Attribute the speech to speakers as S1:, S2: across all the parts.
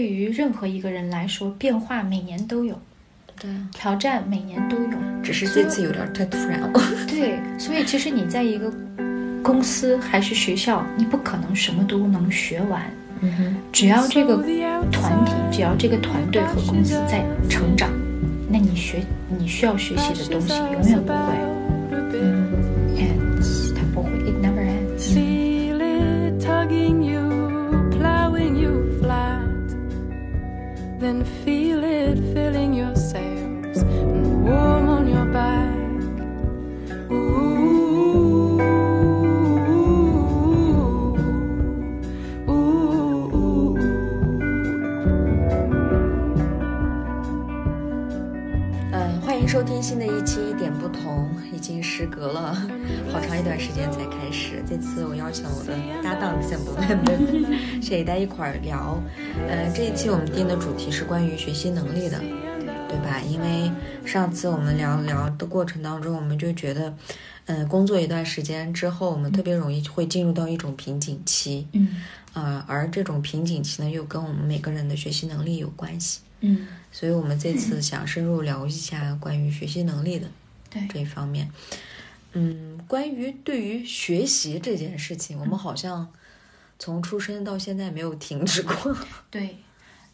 S1: 对于任何一个人来说，变化每年都有，
S2: 对，
S1: 挑战每年都有。
S2: 只是这次有点太突然了。
S1: 对，所以其实你在一个公司还是学校，你不可能什么都能学完。
S2: 嗯哼，
S1: 只要这个团体，只要这个团队和公司在成长，那你学你需要学习的东西永远不会嗯 ends，它不会，it never ends。
S3: Feel it tugging you, plowing you flat. Then feel it filling your sails and warm on your back. Ooh, ooh, ooh, ooh.
S2: 嗯，欢迎收听新的一期《一点不同》，已经时隔了 好长一段时间才开始。这次我邀请我的搭档 s a m 是也在一块儿聊。呃，这一期我们定的主题是关于学习能力的，对吧？因为上次我们聊聊的过程当中，我们就觉得，嗯、工作一段时间之后，我们特别容易会进入到一种瓶颈期，
S1: 嗯
S2: 啊、而这种瓶颈期呢，又跟我们每个人的学习能力有关系。
S1: 嗯，
S2: 所以我们 这次想深入聊一下关于学习能力的
S1: 对
S2: 这一方面。嗯，关于对于学习这件事情，
S1: 嗯
S2: 我们好像从出生到现在没有停止过。
S1: 对，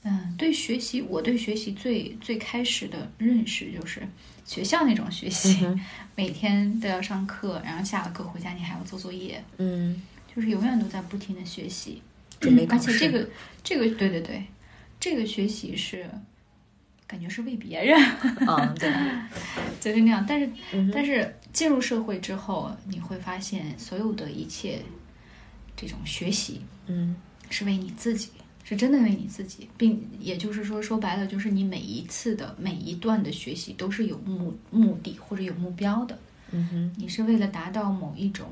S1: 嗯，对学习，我对学习最最开始的认识就是学校那种学 习，
S2: 嗯
S1: 每天都要上课，然后下了课回家你还要做作业，
S2: 嗯，
S1: 就是永远都在不停的学习。
S2: 准备
S1: 而
S2: 考
S1: 且
S2: 试。
S1: 这个这个对对对，这个学习是感觉是为别人，
S2: 嗯，对，
S1: 就是那样。但是、
S2: 嗯哼
S1: 但是进入社会之后，你会发现所有的一切这种学习
S2: 嗯
S1: 是为你自己，是真的为你自己，并也就是说说白了，就是你每一次的每一段的学习都是有目目的或者有目标的。
S2: 嗯哼
S1: 你是为了达到某一种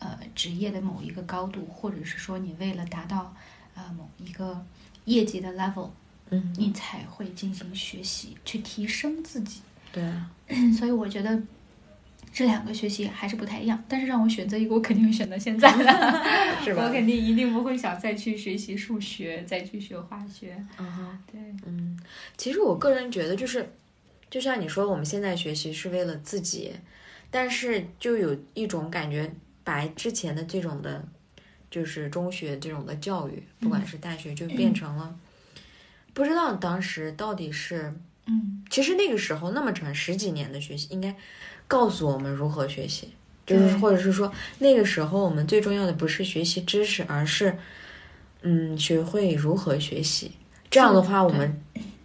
S1: 呃职业的某一个高度，或者是说你为了达到呃某一个业绩的 level，
S2: 嗯，
S1: 你才会进行学习去提升自己。
S2: 对啊，
S1: 所以我觉得这两个学习还是不太一样。但是让我选择一个，我肯定会选择现在的，
S2: 是吧
S1: 我？肯定一定不会想再去学习数学，再去学化学。
S2: 嗯哼。
S1: 对，
S2: 嗯，其实我个人觉得，就是就像你说，我们现在学习是为了自己，但是就有一种感觉，把之前的这种的，就是中学这种的教育，不管是大学，就变成了、不知道当时到底是，
S1: 嗯，
S2: 其实那个时候那么长十几年的学习，应该告诉我们如何学习，就是
S1: 对
S2: 或者是说那个时候我们最重要的不是学习知识，而是嗯学会如何学习。这样的话，我
S1: 对
S2: 们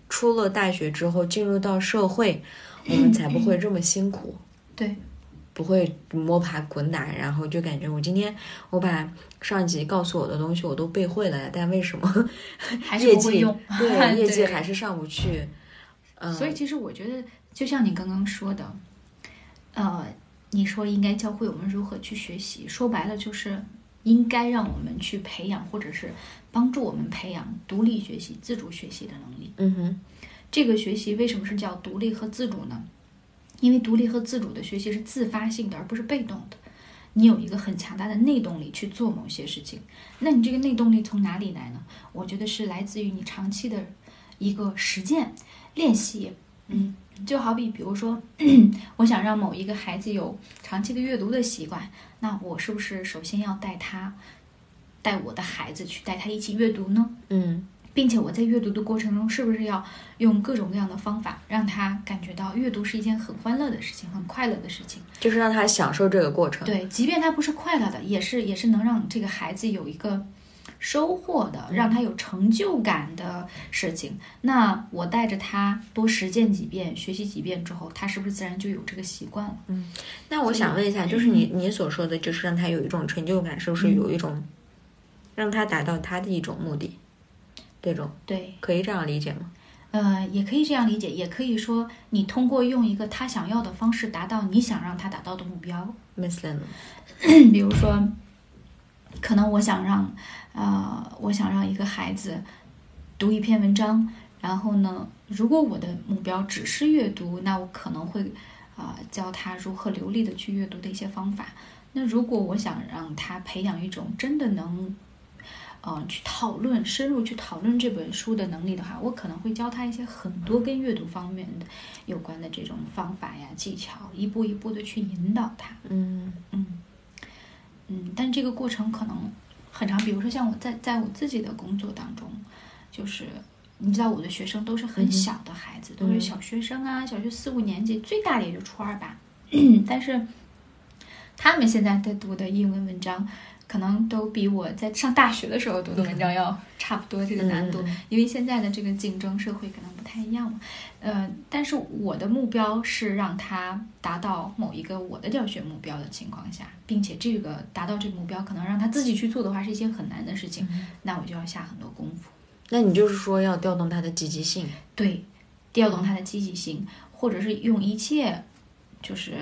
S2: 出了大学之后进入到社会，我们才不会这么辛苦。
S1: 对，
S2: 不会摸爬滚打，然后就感觉我今天我把上级告诉我的东西我都背会了，但为什么
S1: 还是
S2: 业
S1: 不会
S2: 绩
S1: 用。
S2: 对 业绩
S1: 对
S2: 还是上不去？嗯，
S1: 所以其实我觉得，就像你刚刚说的，呃，你说应该教会我们如何去学习，说白了就是应该让我们去培养，或者是帮助我们培养独立学习、自主学习的能力。
S2: 嗯哼，
S1: 这个学习为什么是叫独立和自主呢？因为独立和自主的学习是自发性的，而不是被动的。你有一个很强大的内动力去做某些事情，那你这个内动力从哪里来呢？我觉得是来自于你长期的一个实践练习。嗯，就好比比如说，我想让某一个孩子有长期的阅读的习惯，那我是不是首先要带他，带我的孩子去带他一起阅读呢？
S2: 嗯
S1: 并且我在阅读的过程中，是不是要用各种各样的方法，让他感觉到阅读是一件很欢乐的事情，很快乐的事情？
S2: 就是让他享受这个过程。
S1: 对，即便他不是快乐的，也是也是能让这个孩子有一个收获的，让他有成就感的事情。那我带着他多实践几遍、学习几遍之后，他是不是自然就有这个习惯了？
S2: 那我想问一下，
S1: 嗯
S2: 就是你你所说的，就是让他有一种成就感，是不是有一种让他达到他的一种目的？这种
S1: 对，
S2: 可以这样理解吗？
S1: 呃，也可以这样理解，也可以说你通过用一个他想要的方式达到你想让他达到的目标。
S2: Miss Lin，
S1: 比如说，可能我想让，呃，我想让一个孩子读一篇文章，然后呢，如果我的目标只是阅读，那我可能会啊、呃教他如何流利的去阅读的一些方法。那如果我想让他培养一种真的能，呃去讨论、深入去讨论这本书的能力的话，我可能会教他一些很多跟阅读方面的有关的这种方法呀、技巧，一步一步的去引导他。
S2: 嗯
S1: 嗯，嗯，但这个过程可能很长。比如说，像我在在我自己的工作当中，就是你知道，我的学生都是很小的孩子，都是小学生啊，小学四五年级，最大的也就初二吧。 但是他们现在在读的英文文章，可能都比我在上大学的时候读的文章要差不多这个难度，因为现在的这个竞争社会可能不太一样嘛。呃，但是我的目标是让他达到某一个我的教学目标的情况下，并且这个达到这个目标，可能让他自己去做的话是一件很难的事情，那我就要下很多功夫。
S2: 嗯那你就是说要调动他的积极性，
S1: 对，调动他的积极性，或者是用一切就是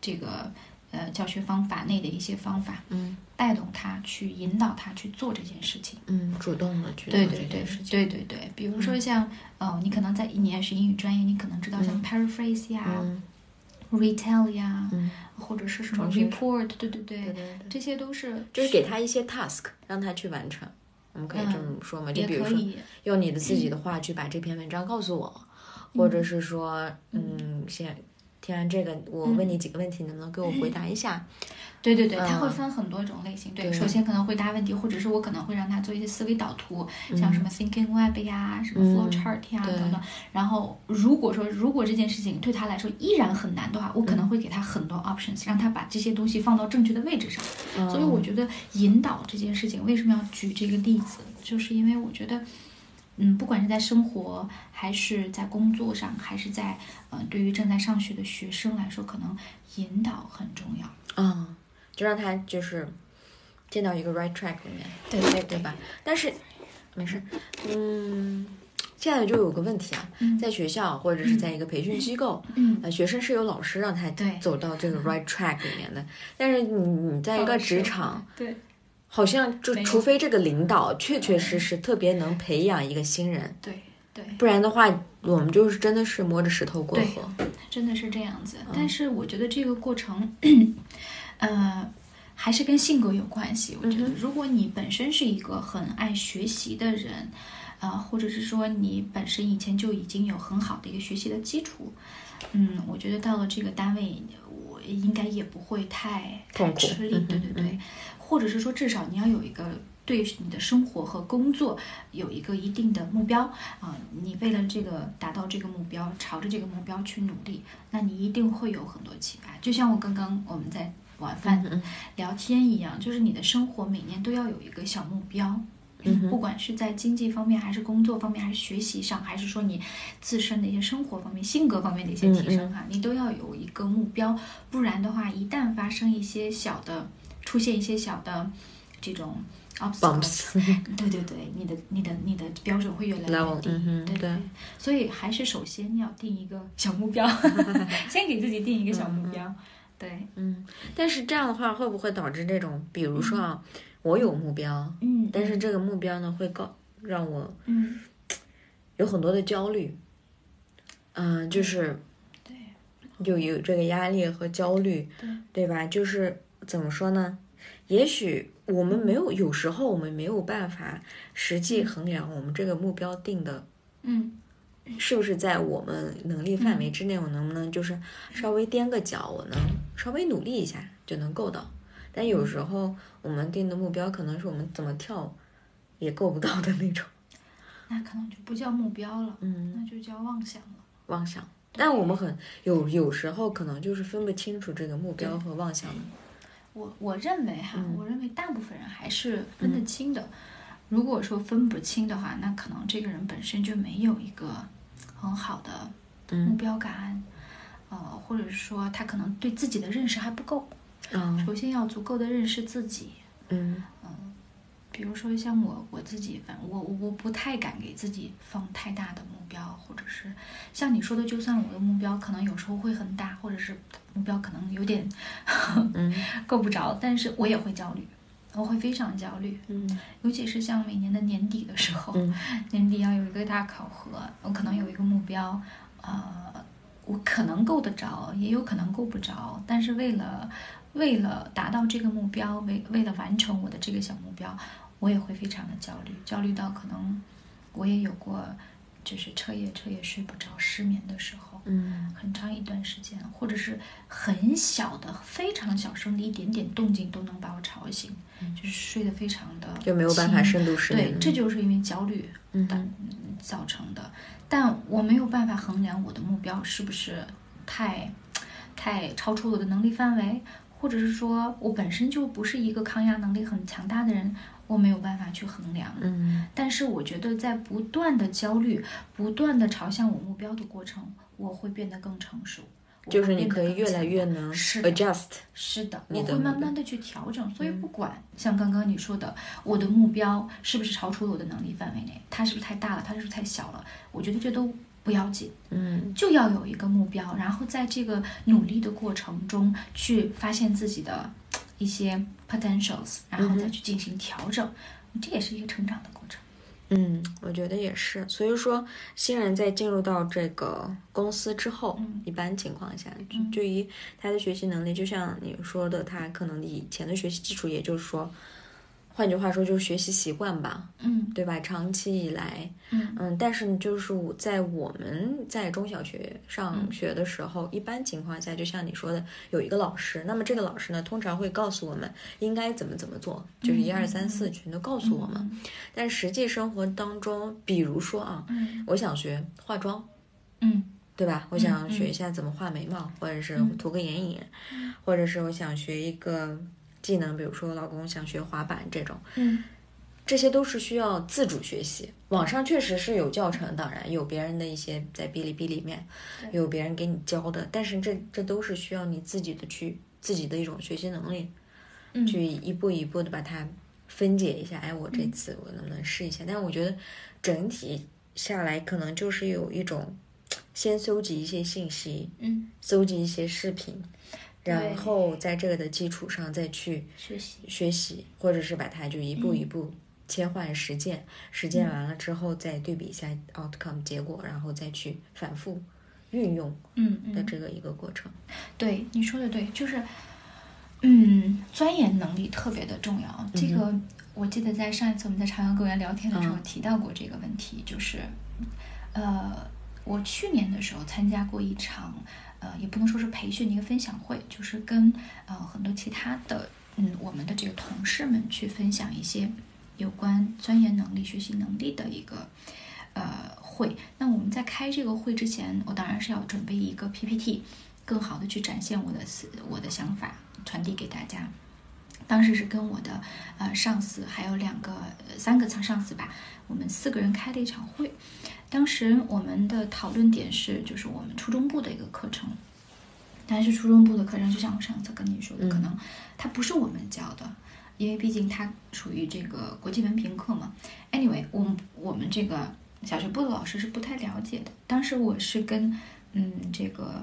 S1: 这个呃教学方法内的一些方法，
S2: 嗯
S1: 带动他去引导他去做这件事情。
S2: 嗯，主动的去
S1: 对
S2: 做
S1: 对
S2: 这
S1: 对
S2: 件事情，嗯
S1: 对对对，比如说像、呃，你可能在你要学英语专业，你可能知道像 paraphrase 呀、
S2: 嗯
S1: retell 呀，
S2: 嗯，
S1: 或者是什么
S2: 重新
S1: report，对对对，
S2: 对对对，
S1: 这些都是
S2: 就是给他一些 task，让他去完成。我们可以这么说嘛？就
S1: 也
S2: 比如
S1: 可
S2: 说，
S1: 以，嗯
S2: 用你的自己的话去把这篇文章告诉我，或者是说，嗯，先听完这个，我问你几个问
S1: 嗯
S2: 题，能不能给我回答一下？
S1: 对对对，它会
S2: 嗯
S1: 分很多种类型。对，
S2: 对
S1: 首先可能回答问题，或者是我可能会让他做一些思维导图，像什么 thinking web 呀、什么
S2: 嗯
S1: flow chart 呀、
S2: 对
S1: 等等。然后如果说如果这件事情对他来说依然很难的话，我
S2: 嗯
S1: 可能会给他很多 options，让他把这些东西放到正确的位置上。所以
S2: 哦
S1: 我觉得引导这件事情，为什么要举这个例子，就是因为我觉得。嗯，不管是在生活，还是在工作上，还是在呃，对于正在上学的学生来说，可能引导很重要。
S2: 嗯，就让他就是进到一个 right track 里面，哎
S1: 对对
S2: 对吧？但是没事，嗯，现在就有个问题啊，在学校或者是在一个培训机构，
S1: 嗯
S2: 呃，学生是有老师让他
S1: 对
S2: 走到这个 right track 里面的，但是你你在一
S1: 老
S2: 个
S1: 师
S2: 职场。
S1: 对，
S2: 好像就
S1: 没有
S2: 除非这个领导确确实实特别能培养一个新人，
S1: 对对，
S2: 不然的话，我们就是真的是摸着石头过
S1: 对
S2: 河。
S1: 真的是这样子。
S2: 嗯
S1: 但是我觉得这个过程， 呃，还是跟性格有关系。我觉
S2: 嗯
S1: 得，如果你本身是一个很爱学习的人，呃，或者是说你本身以前就已经有很好的一个学习的基础，嗯，我觉得到了这个单位，我应该也不会太太
S2: 痛苦
S1: 吃力
S2: 嗯。
S1: 对对对，或者是说，至少你要有一个。对你的生活和工作有一个一定的目标啊，你为了这个达到这个目标，朝着这个目标去努力，那你一定会有很多启发。就像我刚刚我们在晚饭聊天一样，就是你的生活每年都要有一个小目标。不管是在经济方面，还是工作方面，还是学习上，还是说你自身的一些生活方面、性格方面的一些提升哈、你都要有一个目标，不然的话，一旦发生一些小的，出现一些小的这种 obstacles，对对对，你的你的你的标准会越来越
S2: Level，
S1: 低，
S2: 嗯哼
S1: 对
S2: 对
S1: 所以还是首先要定一个小目 标，先给自己定一个小目标，对，
S2: 嗯，但是这样的话，会不会导致这种，比如说啊，我有目标，
S1: 嗯，
S2: 但是这个目标呢，会告让我
S1: 嗯，
S2: 有很多的焦虑，嗯、就是
S1: 对
S2: 就有这个压力和焦虑，
S1: 对
S2: 对吧？就是怎么说呢？也许我们没有，有时候我们没有办法实际衡量我们这个目标定的
S1: 嗯
S2: 是不是在我们能力范围之内，我能不能就是稍微踮个脚，我能稍微努力一下就能够到。但
S1: 嗯
S2: 有时候我们定的目标可能是我们怎么跳也够不到的那种，
S1: 那可能就不叫目标了，
S2: 嗯，
S1: 那就叫妄想了。
S2: 妄想。但我们很有有时候可能就是分不清楚这个目标和妄想的，
S1: 我我认为哈，
S2: 嗯
S1: 我认为大部分人还是分得清的。如果说分不清的话，那可能这个人本身就没有一个很好的目
S2: 嗯
S1: 标感，呃，或者说他可能对自己的认识还不够。
S2: 啊
S1: 首先要足够的认识自己，
S2: 嗯
S1: 比如说像我我自己，反我我我不太敢给自己放太大的目标，或者是像你说的，就算我的目标可能有时候会很大，或者是目标可能有点
S2: 嗯
S1: 够不着，但是我也会焦虑，我会非常焦虑，
S2: 嗯
S1: 尤其是像每年的年底的时候，
S2: 嗯
S1: 年底要有一个大考核，我可能有一个目标，呃，我可能够得着，也有可能够不着，但是为了为了达到这个目标，为为了完成我的这个小目标，我我也会非常的焦虑，焦虑到可能我也有过，就是彻夜彻夜睡不着、失眠的时候，
S2: 嗯，
S1: 很长一段时间，或者是很小的、非常小声的一点点动静都能把我吵醒，就是睡得非常的
S2: 嗯就没有办法
S1: 轻
S2: 深度失眠
S1: 对
S2: 了。，
S1: 这就是因为焦虑
S2: 嗯
S1: 的造成的。但我没有办法衡量我的目标是不是太太超出我的能力范围，或者是说我本身就不是一个抗压能力很强大的人，我没有办法去衡量。
S2: 嗯
S1: 但是我觉得在不断的焦虑、不断的朝向我目标的过程，我会变得更成熟。我
S2: 就
S1: 会
S2: 是你
S1: 变得
S2: 可以
S1: 更
S2: 越来
S1: 强
S2: 越
S1: 大
S2: 能
S1: 是的
S2: adjust。
S1: 是的，
S2: 你
S1: 我
S2: 的
S1: 会
S2: 目
S1: 慢
S2: 标嗯
S1: 慢的去调整。所以不管、像刚刚你说的，我的目标是不是超出了我的能力范围内，它是不是太大了，它是不是太小了，我觉得这都不要紧，
S2: 嗯
S1: 就要有一个目标，然后在这个努力的过程中去发现自己的嘖一些 potentials，然后再去进行调整，这也是一个成长的过程。
S2: 嗯，我觉得也是。所以说，新人在进入到这个公司之后，
S1: 嗯
S2: 一般情况下，就
S1: 嗯
S2: 就以他的学习能力，就像你说的，他可能以前的学习基础，也就是说，换句话说，就是学习习惯吧，
S1: 嗯
S2: 对吧？长期以来，
S1: 嗯
S2: 嗯，但是就是我在我们在中小学上
S1: 嗯
S2: 学的时候，一般情况下，就像你说的，有一个老师，那么这个老师呢，通常会告诉我们应该怎么怎么做，就是一二三
S1: 嗯
S2: 四全都告诉我们。但实际生活当中，比如说啊，
S1: 嗯
S2: 我想学化妆，
S1: 嗯
S2: 对吧？我
S1: 嗯
S2: 想
S1: 嗯
S2: 学一下怎么画眉毛，或者是
S1: 嗯
S2: 涂个眼影，或者是我想学一个技能，比如说我老公想学滑板这种。
S1: 嗯
S2: 这些都是需要自主学习。网上确实是有教程，当然有别人的一些在哔哩哔哩里面
S1: 对
S2: 有别人给你教的，但是这这都是需要你自己的去自己的一种学习能力，
S1: 嗯
S2: 去一步一步的把它分解一下。哎，我这次我能不能试一下？但我觉得整体下来可能就是有一种先搜集一些信息，
S1: 嗯，
S2: 搜集一些视频，
S1: 对
S2: 然后在这个的基础上再去。
S1: 学习
S2: 学习，或者是把它就一步一步切换实践，实践完了之后再对比一下 outcome 结果，然后再去反复运用
S1: 嗯嗯
S2: 的这个一个过程。
S1: 对，你说的对，就是，嗯，钻研能力特别的重要。这个我记得在上一次我们在朝阳公园聊天的时候
S2: 嗯
S1: 提到过这个问题，就是，呃，我去年的时候参加过一场，呃，也不能说是培训一个分享会，就是跟呃很多其他的，嗯，我们的这个同事们去分享一些有关钻研能力、学习能力的一个。呃，会。那我们在开这个会之前，我当然是要准备一个 PPT，更好的去展现我的思、我的想法，传递给大家。当时是跟我的呃上司还有两个、呃三个上司吧，我们四个人开了一场会。当时我们的讨论点是，就是我们初中部的一个课程，但是初中部的课程，就像我上次跟你说的，
S2: 嗯
S1: 可能它不是我们教的，因为毕竟它属于这个国际文凭课嘛。Anyway，我们我们这个小学部的老师是不太了解的。当时我是跟嗯这个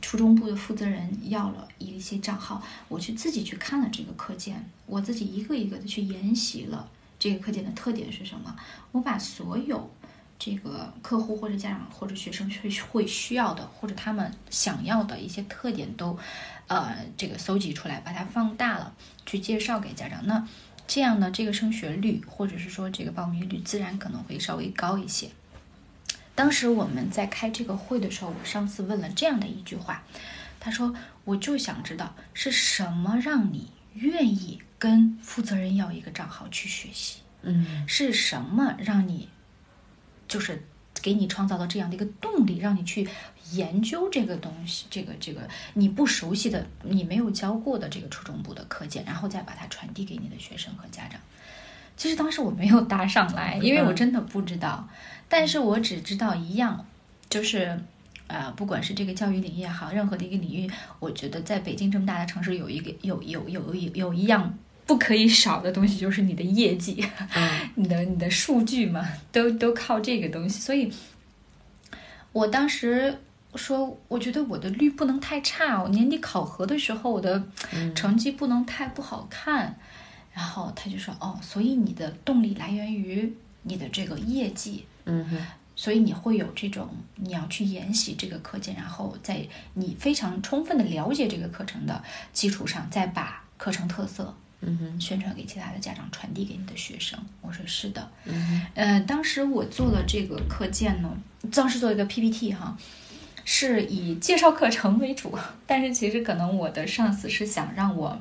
S1: 初中部的负责人要了一些账号，我去自己去看了这个课件，我自己一个一个的去研习了这个课件的特点是什么，我把所有。这个客户或者家长或者学生会会需要的，或者他们想要的一些特点都，呃，这个搜集出来，把它放大了，去介绍给家长。那这样呢，这个升学率或者是说这个报名率自然可能会稍微高一些。当时我们在开这个会的时候，我上司问了这样的一句话，他说：“我就想知道是什么让你愿意跟负责人要一个账号去学习。”
S2: 嗯
S1: 是什么让你，就是给你创造了这样的一个动力，让你去研究这个东西，这个这个你不熟悉的、你没有教过的这个初中部的课件，然后再把它传递给你的学生和家长。其实当时我没有答上来，因为我真的不知道，但是我只知道一样，就是。呃，不管是这个教育领域也好，任何的一个领域，我觉得在北京这么大的城市，有一个有有有有有一样不可以少的东西，就是你的业绩。
S2: 嗯
S1: 你的你的数据嘛， 都都靠这个东西。所以，我当时说，我觉得我的率不能太差，我哦年底考核的时候我的
S2: 嗯
S1: 成绩不能太不好看。然后他就说，哦，所以你的动力来源于你的这个业绩。
S2: 嗯哼
S1: 所以你会有这种你要去研习这个课件，然后在你非常充分的了解这个课程的基础上，再把课程特色
S2: 嗯哼，
S1: 宣传给其他的家长，传递给你的学生。我说是的，
S2: 嗯哼，
S1: 呃，当时我做了这个课件呢，当时做一个 PPT 哈，是以介绍课程为主， 但是其实可能我的上司是想让我，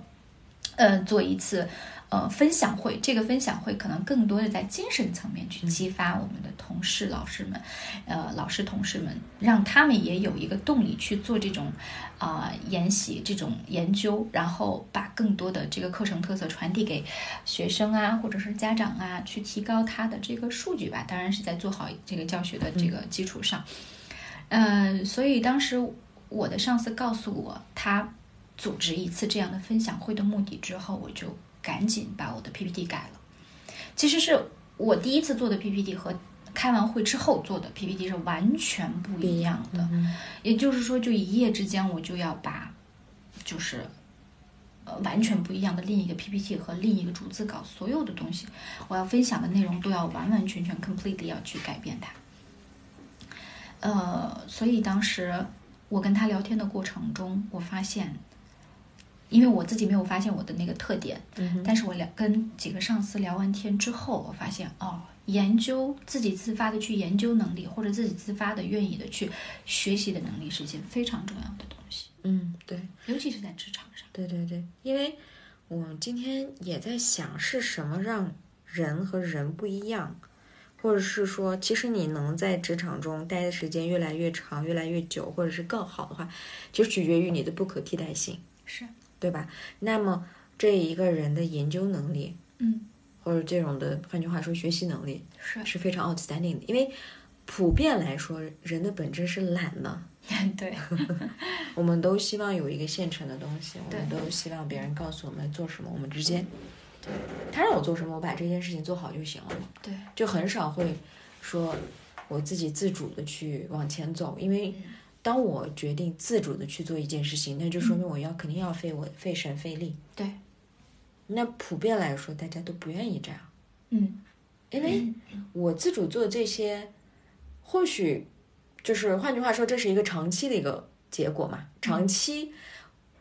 S1: 呃，做一次呃分享会。这个分享会可能更多的在精神层面去激发我们的同事、老师们，呃，老师同事们，让他们也有一个动力去做这种啊、研习、这种研究，然后把更多的这个课程特色传递给学生啊，或者是家长啊，去提高他的这个数据吧。当然是在做好这个教学的这个基础上。嗯、所以当时我的上司告诉我，他组织一次这样的分享会的目的之后，我就赶紧把我的 PPT 改了。其实是我第一次做的 PPT 和开完会之后做的 PPT 是完全不一样的。也就是说，就一夜之间，我就要把就是呃完全不一样的另一个 PPT 和另一个逐字稿所有的东西，我要分享的内容都要完完全全 completely 要去改变它。呃，所以当时我跟他聊天的过程中，我发现，因为我自己没有发现我的那个特点，但是我聊跟几个上司聊完天之后，我发现哦，研究自己自发的去研究能力，或者自己自发的愿意的去学习的能力是一件非常重要的东西，
S2: 嗯，对。
S1: 尤其是在职场上。
S2: 对对对，因为我今天也在想，是什么让人和人不一样，或者是说，其实你能在职场中待的时间越来越长、越来越久，或者是更好的话，就取决于你的不可替代性，
S1: 是，
S2: 对吧？那么这一个人的研究能力，
S1: 嗯，
S2: 或者这种的，换句话说，学习能力
S1: 是
S2: 是非常 outstanding 的，因为普遍来说，人的本质是懒的。
S1: 对，
S2: 我们都希望有一个现成的东西，我
S1: 对
S2: 们都希望别人告诉我们做什么，我们直接，他让我做什么，我把这件事情做好就行了嘛，
S1: 对，
S2: 就很少会说我自己自主的去往前走，因为当我决定自主的去做一件事情，那就说明我要肯定要费我费神费力。
S1: 嗯对，
S2: 那普遍来说，大家都不愿意这样，
S1: 嗯，
S2: 因为我自主做这些，或许就是换句话说，这是一个长期的一个结果嘛。长期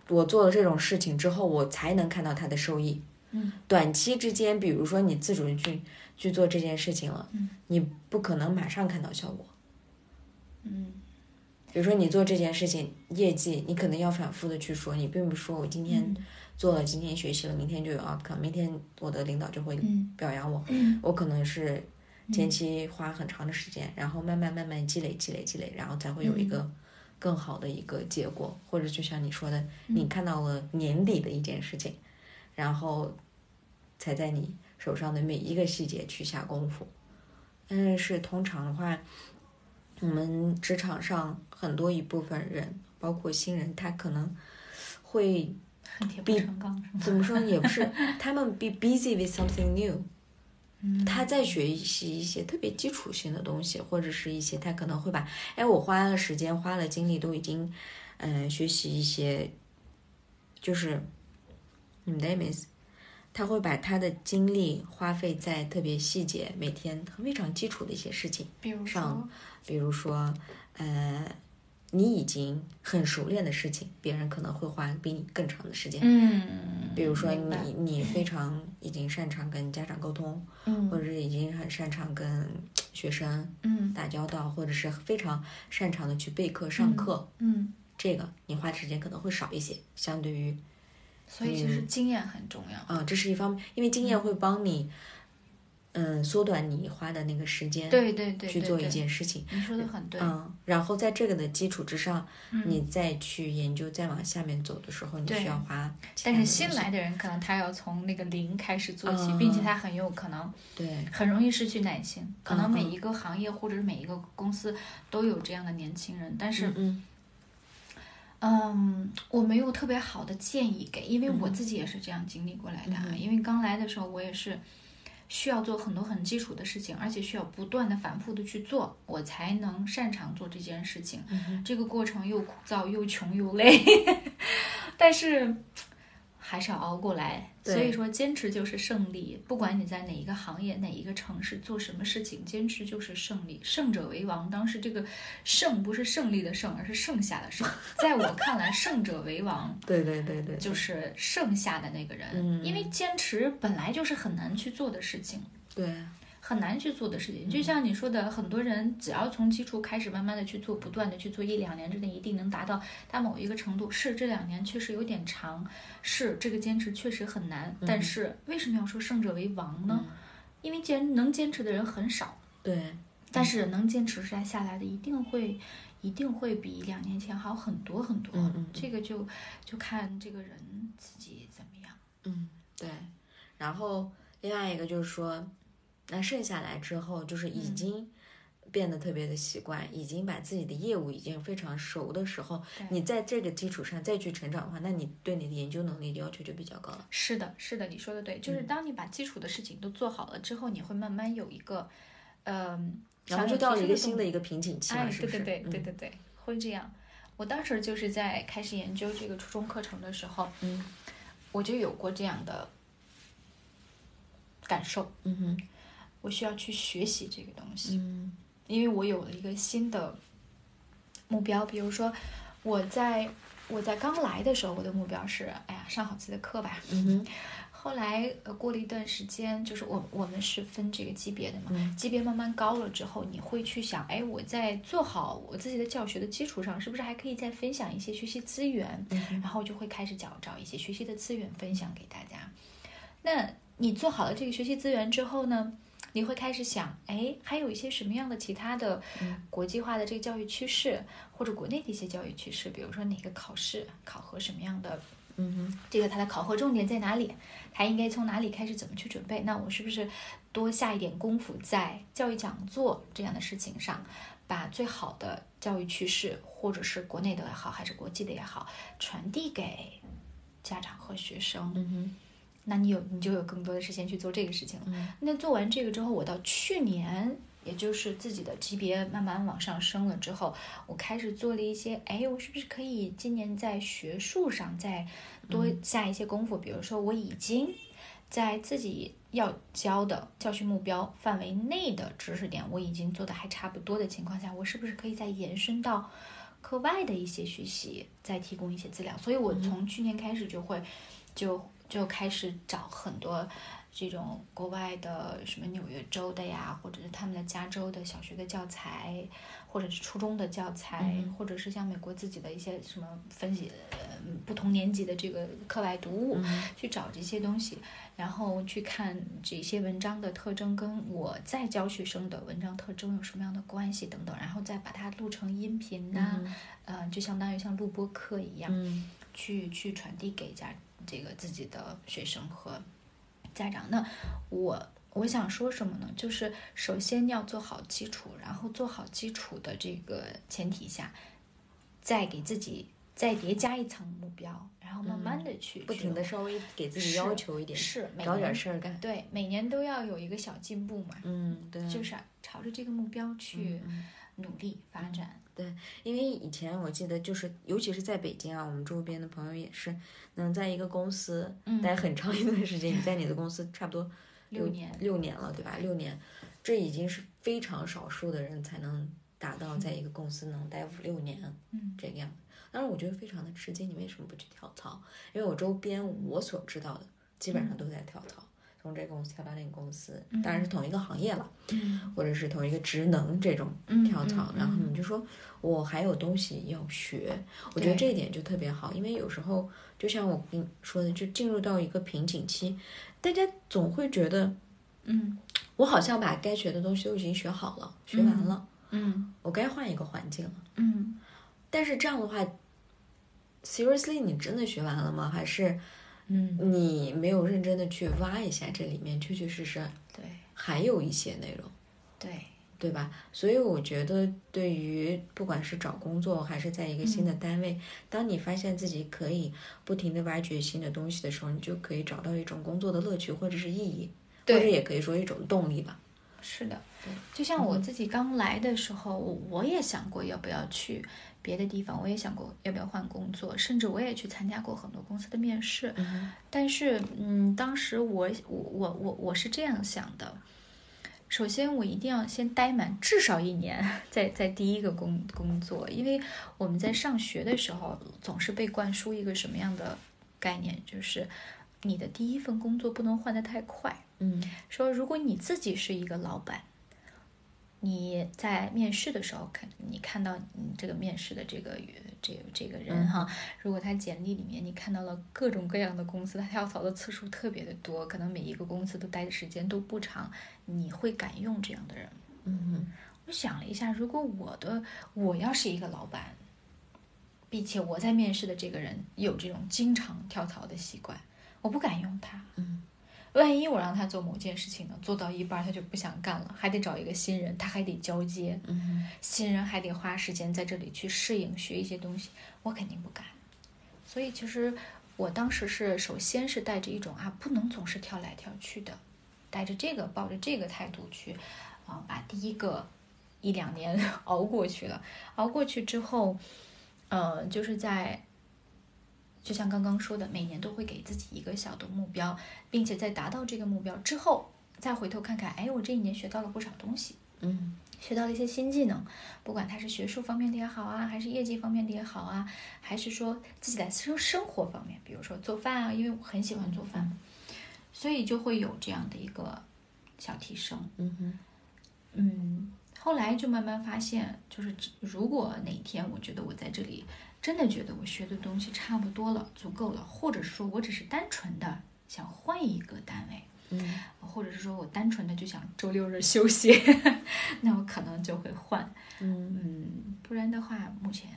S2: 我做了这种事情之后，我才能看到它的收益。
S1: 嗯，
S2: 短期之间，比如说你自主地去去做这件事情了，
S1: 嗯，
S2: 你不可能马上看到效果。
S1: 嗯，
S2: 比如说你做这件事情业绩，你可能要反复的去说，你并不是说我今天
S1: 嗯
S2: 做了，今天学习了，明天就有 outcome，明天我的领导就会
S1: 嗯
S2: 表扬我，
S1: 嗯
S2: 我可能是前期花很长的时间，然后慢慢慢慢积累积累积累，然后才会有一个更好的一个结果，或者就像你说的，你看到了年底的一件事情，然后才在你手上的每一个细节去下功夫。但是通常的话，我们职场上很多一部分人，包括新人，他可能会
S1: 恨铁不成钢是吗？
S2: 怎么说呢也不是，他们 be busy with something new，
S1: 嗯
S2: 他在学习一些特别基础性的东西，或者是一些他可能会把，哎，我花了时间花了精力都已经，嗯、学习一些，就是你们的 m s 他会把他的精力花费在特别细节、每天非常基础的一些事情，
S1: 比如说
S2: 上，比如说，呃，你已经很熟练的事情，别人可能会花比你更长的时间。
S1: 嗯，
S2: 比如说
S1: 明白
S2: 你你非常已经擅长跟家长沟通，
S1: 嗯
S2: 或者是已经很擅长跟学生
S1: 嗯
S2: 打交道，或者是非常擅长的去备课上课，
S1: 嗯，
S2: 这个你花的时间可能会少一些，相对于
S1: 所以其实嗯经验很重要。
S2: 啊、这是一方面，因为经验会帮你，嗯，缩短你花的那个时间
S1: 对对对，
S2: 去
S1: 对
S2: 做一
S1: 对
S2: 件事情。
S1: 你说的很对，
S2: 嗯，然后在这个的基础之上，
S1: 嗯
S2: 你再去研究，再往下面走的时候，你
S1: 对
S2: 需要花其他
S1: 但
S2: 的
S1: 是
S2: 东西。
S1: 新来的人可能他要从那个零开始做起，
S2: 嗯
S1: 并且他很有可能
S2: 对，
S1: 很容易失去耐心。可能
S2: 嗯嗯
S1: 每一个行业或者是每一个公司都有这样的年轻人，但是
S2: 嗯嗯
S1: 嗯，我没有特别好的建议给，因为
S2: 嗯
S1: 我自己也是这样经历过来的啊。
S2: 嗯哼
S1: 因为刚来的时候，我也是需要做很多很基础的事情，而且需要不断的反复的去做，我才能擅长做这件事情。
S2: 嗯哼
S1: 这个过程又枯燥又穷又累，但是还是要熬过来。
S2: 对
S1: 所以说，坚持就是胜利。不管你在哪一个行业、哪一个城市做什么事情，坚持就是胜利。胜者为王。当时这个“胜”不是胜利的“胜”，而是剩下的“剩”。在我看来，“胜者为王”
S2: 对对对 对，
S1: 就是剩下的那个人，
S2: 嗯
S1: 因为坚持本来就是很难去做的事情，
S2: 对
S1: 很难去做的事
S2: 嗯
S1: 情。就像你说的，很多人只要从基础开始，慢慢的去做，不断的去做，一两年之内一定能达到他某一个程度。是这两年确实有点长，是这个坚持确实很难。
S2: 嗯
S1: 但是为什么要说胜者为王呢？因为坚能坚持的人很少，
S2: 对，
S1: 但是能坚持下下来的，一定会，一定会比两年前好很多很多。
S2: 嗯嗯嗯
S1: 这个就就看这个人自己怎么样。
S2: 嗯对。然后另外一个就是说，那剩下来之后，就是
S1: 嗯
S2: 已经变得特别的习惯，已经把自己的业务已经非常熟的时候，
S1: 对
S2: 你在这个基础上再去成长的话，那你对你的研究能力的要求就比较高了。
S1: 是的，是的，你说的对，
S2: 嗯
S1: 就是当你把基础的事情都做好了之后，你会慢慢有一个，嗯、
S2: 然
S1: 想
S2: 后就
S1: 有
S2: 到了
S1: 提升
S2: 一个
S1: 的
S2: 新
S1: 动
S2: 的
S1: 力
S2: 一个瓶颈期嘛，
S1: 哎，
S2: 是
S1: 对
S2: 不是？
S1: 对对对
S2: 嗯
S1: 对对，会这样。我当时就是在开始研究这个初中课程的时候，
S2: 嗯
S1: 我就有过这样的感受，
S2: 嗯哼
S1: 我需要去学习这个东西。
S2: 嗯
S1: 因为我有了一个新的目标，比如说我在我在刚来的时候，我的目标是，哎呀，上好自己的课吧。
S2: 嗯哼
S1: 后来呃，过了一段时间，就是我我们是分这个级别的嘛，
S2: 嗯
S1: 级别慢慢高了之后，你会去想，哎，我在做好我自己的教学的基础上，是不是还可以再分享一些学习资源？
S2: 嗯哼
S1: 然后就会开始找找一些学习的资源分享给大家。那你做好了这个学习资源之后呢，你会开始想，哎，还有一些什么样的其他的
S2: 嗯
S1: 国际化的这个教育趋势，或者国内的一些教育趋势，比如说哪个考试考核什么样的
S2: 嗯哼
S1: 这个它的考核重点在哪里？它应该从哪里开始？怎么去准备？那我是不是多下一点功夫在教育讲座这样的事情上，把最好的教育趋势，或者是国内的也好，还是国际的也好，传递给家长和学生？
S2: 嗯哼
S1: 那你有你就有更多的时间去做这个事情了。
S2: 嗯
S1: 那做完这个之后，我到去年，也就是自己的级别慢慢往上升了之后，我开始做了一些，哎，我是不是可以今年在学术上再多下一些功夫？比如说，我已经在自己要教的教学目标范围内的知识点，我已经做的还差不多的情况下，我是不是可以再延伸到课外的一些学习，再提供一些资料？所以我从去年开始就会，就就开始找很多这种国外的什么纽约州的呀，或者是他们的加州的小学的教材，或者是初中的教材，或者是像美国自己的一些什么分析，呃，不同年级的这个课外读物，
S2: 嗯
S1: 去找这些东西，然后去看这些文章的特征跟我在教学生的文章特征有什么样的关系等等，然后再把它录成音频呐、呃，就相当于像录播课一样，
S2: 嗯
S1: 去去传递给家这个自己的学生和家长。那我我想说什么呢？就是首先要做好基础，然后做好基础的这个前提下，再给自己再叠加一层目标，然后慢慢的去、
S2: 嗯不停的稍微给自己
S1: 是
S2: 要求一点，
S1: 是每
S2: 嗯找点
S1: 年
S2: 事儿干。
S1: 对每年都要有一个小进步嘛，
S2: 嗯，对，嗯
S1: 就是朝着这个目标去努力发展。
S2: 对，因为以前我记得就是，尤其是在北京啊，我们周边的朋友也是能在一个公司待很长一段时间，你在你的公司差不多
S1: 嗯六
S2: 有
S1: 年
S2: 六年了，对吧？六年，这已经是非常少数的人才能达到在一个公司能待五六年，
S1: 嗯，
S2: 这个样子。当然，我觉得非常的吃惊，你为什么不去跳槽？因为我周边我所知道的基本上都在跳槽，从这个公司跳到那个公司，当然是同一个行业了。
S1: 嗯
S2: 或者是同一个职能这种
S1: 嗯
S2: 跳槽，
S1: 嗯嗯
S2: 然后你就说我还有东西要学，我觉得
S1: 对
S2: 这一点就特别好，因为有时候就像我跟你说的，就进入到一个瓶颈期，大家总会觉得
S1: 嗯
S2: 我好像把该学的东西都已经学好了，学完了，
S1: 嗯
S2: 我该换一个环境了。
S1: 嗯
S2: 但是这样的话，seriously，你真的学完了吗？还是
S1: 嗯，
S2: 你没有认真的去挖一下这里面确确实实
S1: 对
S2: 还有一些内容？
S1: 对，
S2: 对吧？所以我觉得，对于不管是找工作还是在一个新
S1: 嗯
S2: 的单位，当你发现自己可以不停的挖掘新的东西的时候，你就可以找到一种工作的乐趣或者是意义，或
S1: 对
S2: 者也可以说一种动力吧。
S1: 是的，就像我自己刚来的时候，我也想过要不要去别的地方，我也想过要不要换工作，甚至我也去参加过很多公司的面试。但是，嗯，当时我我我我我是这样想的：首先，我一定要先待满至少一年，在在第一个工工作，因为我们在上学的时候总是被灌输一个什么样的概念，就是你的第一份工作不能换得太快。
S2: 嗯
S1: 说如果你自己是一个老板，你在面试的时候看你看到你这个面试的这个呃这个这个人哈，如果他简历里面你看到了各种各样的公司，他跳槽的次数特别的多，可能每一个公司都待的时间都不长，你会敢用这样的人吗？
S2: 嗯
S1: 我想了一下，如果我的我要是一个老板，并且我在面试的这个人有这种经常跳槽的习惯，我不敢用他。
S2: 嗯，
S1: 万一我让他做某件事情呢，做到一半儿他就不想干了，还得找一个新人，他还得交接，
S2: 嗯
S1: 新人还得花时间在这里去适应、学一些东西，我肯定不敢。所以其实我当时是首先是带着一种啊，不能总是跳来跳去的，带着这个抱着这个态度去，啊，把第一个一两年 熬过去了。熬过去之后，呃，就是在。就像刚刚说的，每年都会给自己一个小的目标，并且在达到这个目标之后，再回头看看，哎，我这一年学到了不少东西，
S2: 嗯
S1: 学到了一些新技能，不管它是学术方面的也好啊，还是业绩方面的也好啊，还是说自己在生生活方面，比如说做饭啊，因为我很喜欢做饭嘛，所以就会有这样的一个小提升。
S2: 嗯哼
S1: 嗯，后来就慢慢发现，就是只如果哪天我觉得我在这里真的觉得我学的东西差不多了，足够了，或者说我只是单纯的想换一个单位，
S2: 嗯
S1: 或者是说我单纯的就想周六日休息， 那我可能就会换。
S2: 嗯，
S1: 嗯，不然的话，目前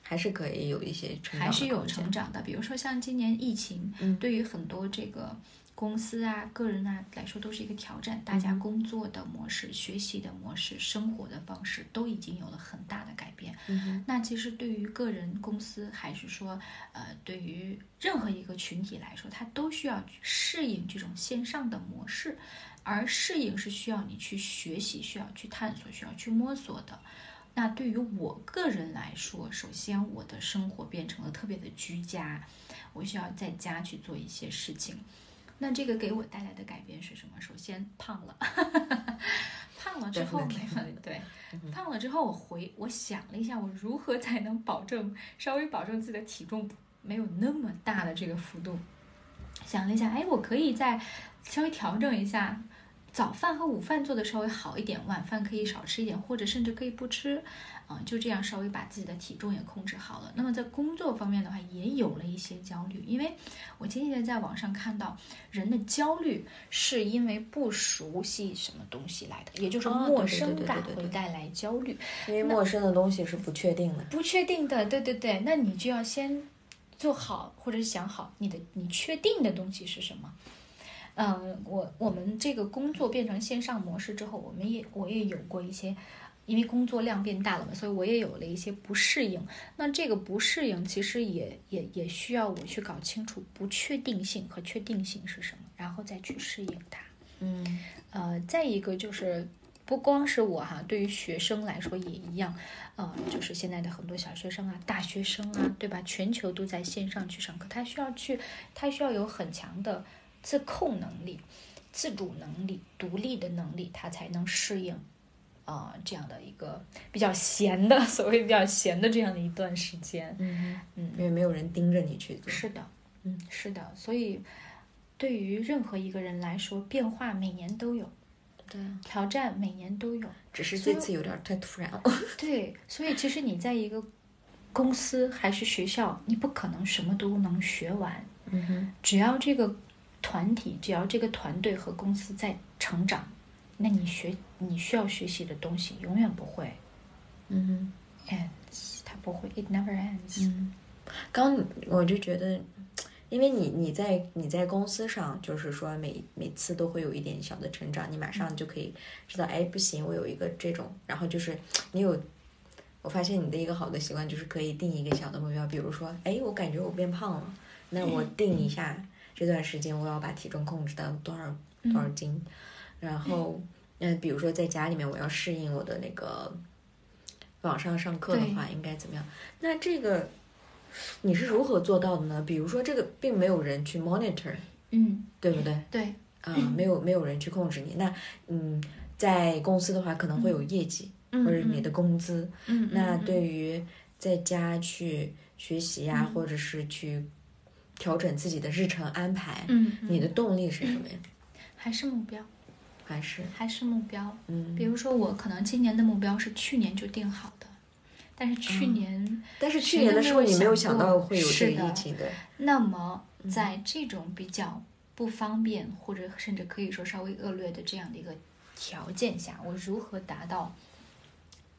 S2: 还是可以有一些成长，
S1: 还是有成。长的。比如说像今年疫情，
S2: 嗯
S1: 对于很多这个公司啊、个人啊来说都是一个挑战。大
S2: 嗯
S1: 家工作的模式、学习的模式、生活的方式都已经有了很大的改变。
S2: 嗯哼
S1: 那其实对于个人、公司还是说，呃，对于任何一个群体来说，它都需要适应这种线上的模式，而适应是需要你去学习、需要去探索、需要去摸索的。那对于我个人来说，首先我的生活变成了特别的居家，我需要在家去做一些事情。那这个给我带来的改变是什么？首先胖了， 胖了嗯之后
S2: Definitely
S1: 对，胖了之后我回我想了一下，我如何才能保证稍微保证自己的体重没有那么大的这个幅度。想了一下，哎，我可以再稍微调整一下，早饭和午饭做的稍微好一点，晚饭可以少吃一点，或者甚至可以不吃，啊、就这样稍微把自己的体重也控制好了。那么在工作方面的话，也有了一些焦虑，因为我前几天在网上看到，人的焦虑是因为不熟悉什么东西来的，也就是
S2: 哦
S1: 陌
S2: 对对对
S1: 生
S2: 对
S1: 感
S2: 对对
S1: 会带来焦虑。
S2: 因为陌生的东西是不确定的。
S1: 不确定的，对对对，那你就要先做好或者是想好你的你确定的东西是什么。嗯，我我们这个工作变成线上模式之后，我们也我也有过一些，因为工作量变大了嘛，所以我也有了一些不适应。那这个不适应其实也也也需要我去搞清楚不确定性和确定性是什么，然后再去适应它。
S2: 嗯
S1: 呃，再一个就是，不光是我哈，对于学生来说也一样，呃，就是现在的很多小学生啊、大学生啊，对吧？全球都在线上去上课，他需要去，他需要有很强的自控能力、自主能力、独立的能力，他才能适应。啊、这样的一个比较闲的， 所谓比较闲的这样的一段时间，
S2: 嗯
S1: 嗯
S2: 哼，因为没有人盯着你去做。
S1: 是的，
S2: 嗯，
S1: 是的，所以对于任何一个人来说，变化每年都有，
S2: 对啊，
S1: 挑战每年都有，
S2: 只是
S1: 所以
S2: 这次有点太突然了。
S1: 对，所以其实你在一个公司还是学校，你不可能什么都能学完。
S2: 嗯哼，
S1: 只要这个团体，只要这个团队和公司在成长，那你学你需要学习的东西永远不会
S2: 嗯哼。
S1: ends，它不会，it never ends。
S2: 嗯，刚我就觉得，因为你你在你在公司上，就是说每每次都会有一点小的成长，你马上就可以知道，哎，不行，我有一个这种，然后就是你有。我发现你的一个好的习惯就是可以定一个小的目标，比如说，哎，我感觉我变胖了，那我定一下这段时间我要把体重控制到多少多少斤，然后，嗯，比如说在家里面，我要适应我的那个网上上课的话，应该怎么样？那这个你是如何做到的呢？比如说，这个并没有人去 monitor，
S1: 嗯，
S2: 对不对？
S1: 对，
S2: 啊、没有没有人去控制你。那嗯，在公司的话，可能会有业绩、
S1: 嗯
S2: 或者你的工资。
S1: 嗯，
S2: 那对于在家去学习呀、或者是去调整自己的日程安排，
S1: 嗯，
S2: 你的动力是什么呀？
S1: 还是目标，
S2: 还是
S1: 还是目标。
S2: 嗯，
S1: 比如说，我可能今年的目标是去年就定好的，但是去
S2: 嗯
S1: 年、
S2: 但是去
S1: 谁
S2: 年
S1: 都
S2: 的
S1: 没
S2: 时候，
S1: 有
S2: 你没有
S1: 想
S2: 想
S1: 过
S2: 到会有这
S1: 是
S2: 个疫
S1: 的
S2: 情的，
S1: 那么在这种比较不方便，或者甚至可以说稍微恶劣的这样的一个条件下，我如何达到？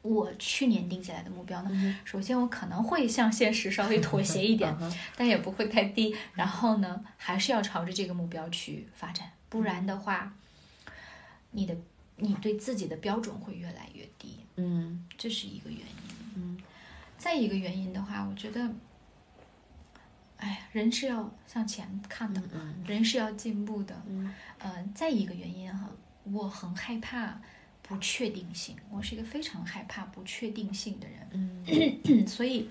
S1: 我去年定下来的目标呢？首先，我可能会向现实稍微妥协一点
S2: 嗯，哼
S1: 但也不会太低。然后呢，还是要朝着这个目标去发展，不然的话，你的你对自己的标准会越来越低。
S2: 嗯
S1: 这是一个原因。嗯，再一个原因的话，我觉得，哎呀，人是要向前看的，
S2: 嗯
S1: 人是要进步的。
S2: 嗯
S1: 呃，再一个原因哈，我很害怕不确定性，我是一个非常害怕不确定性的人，
S2: 嗯
S1: 所以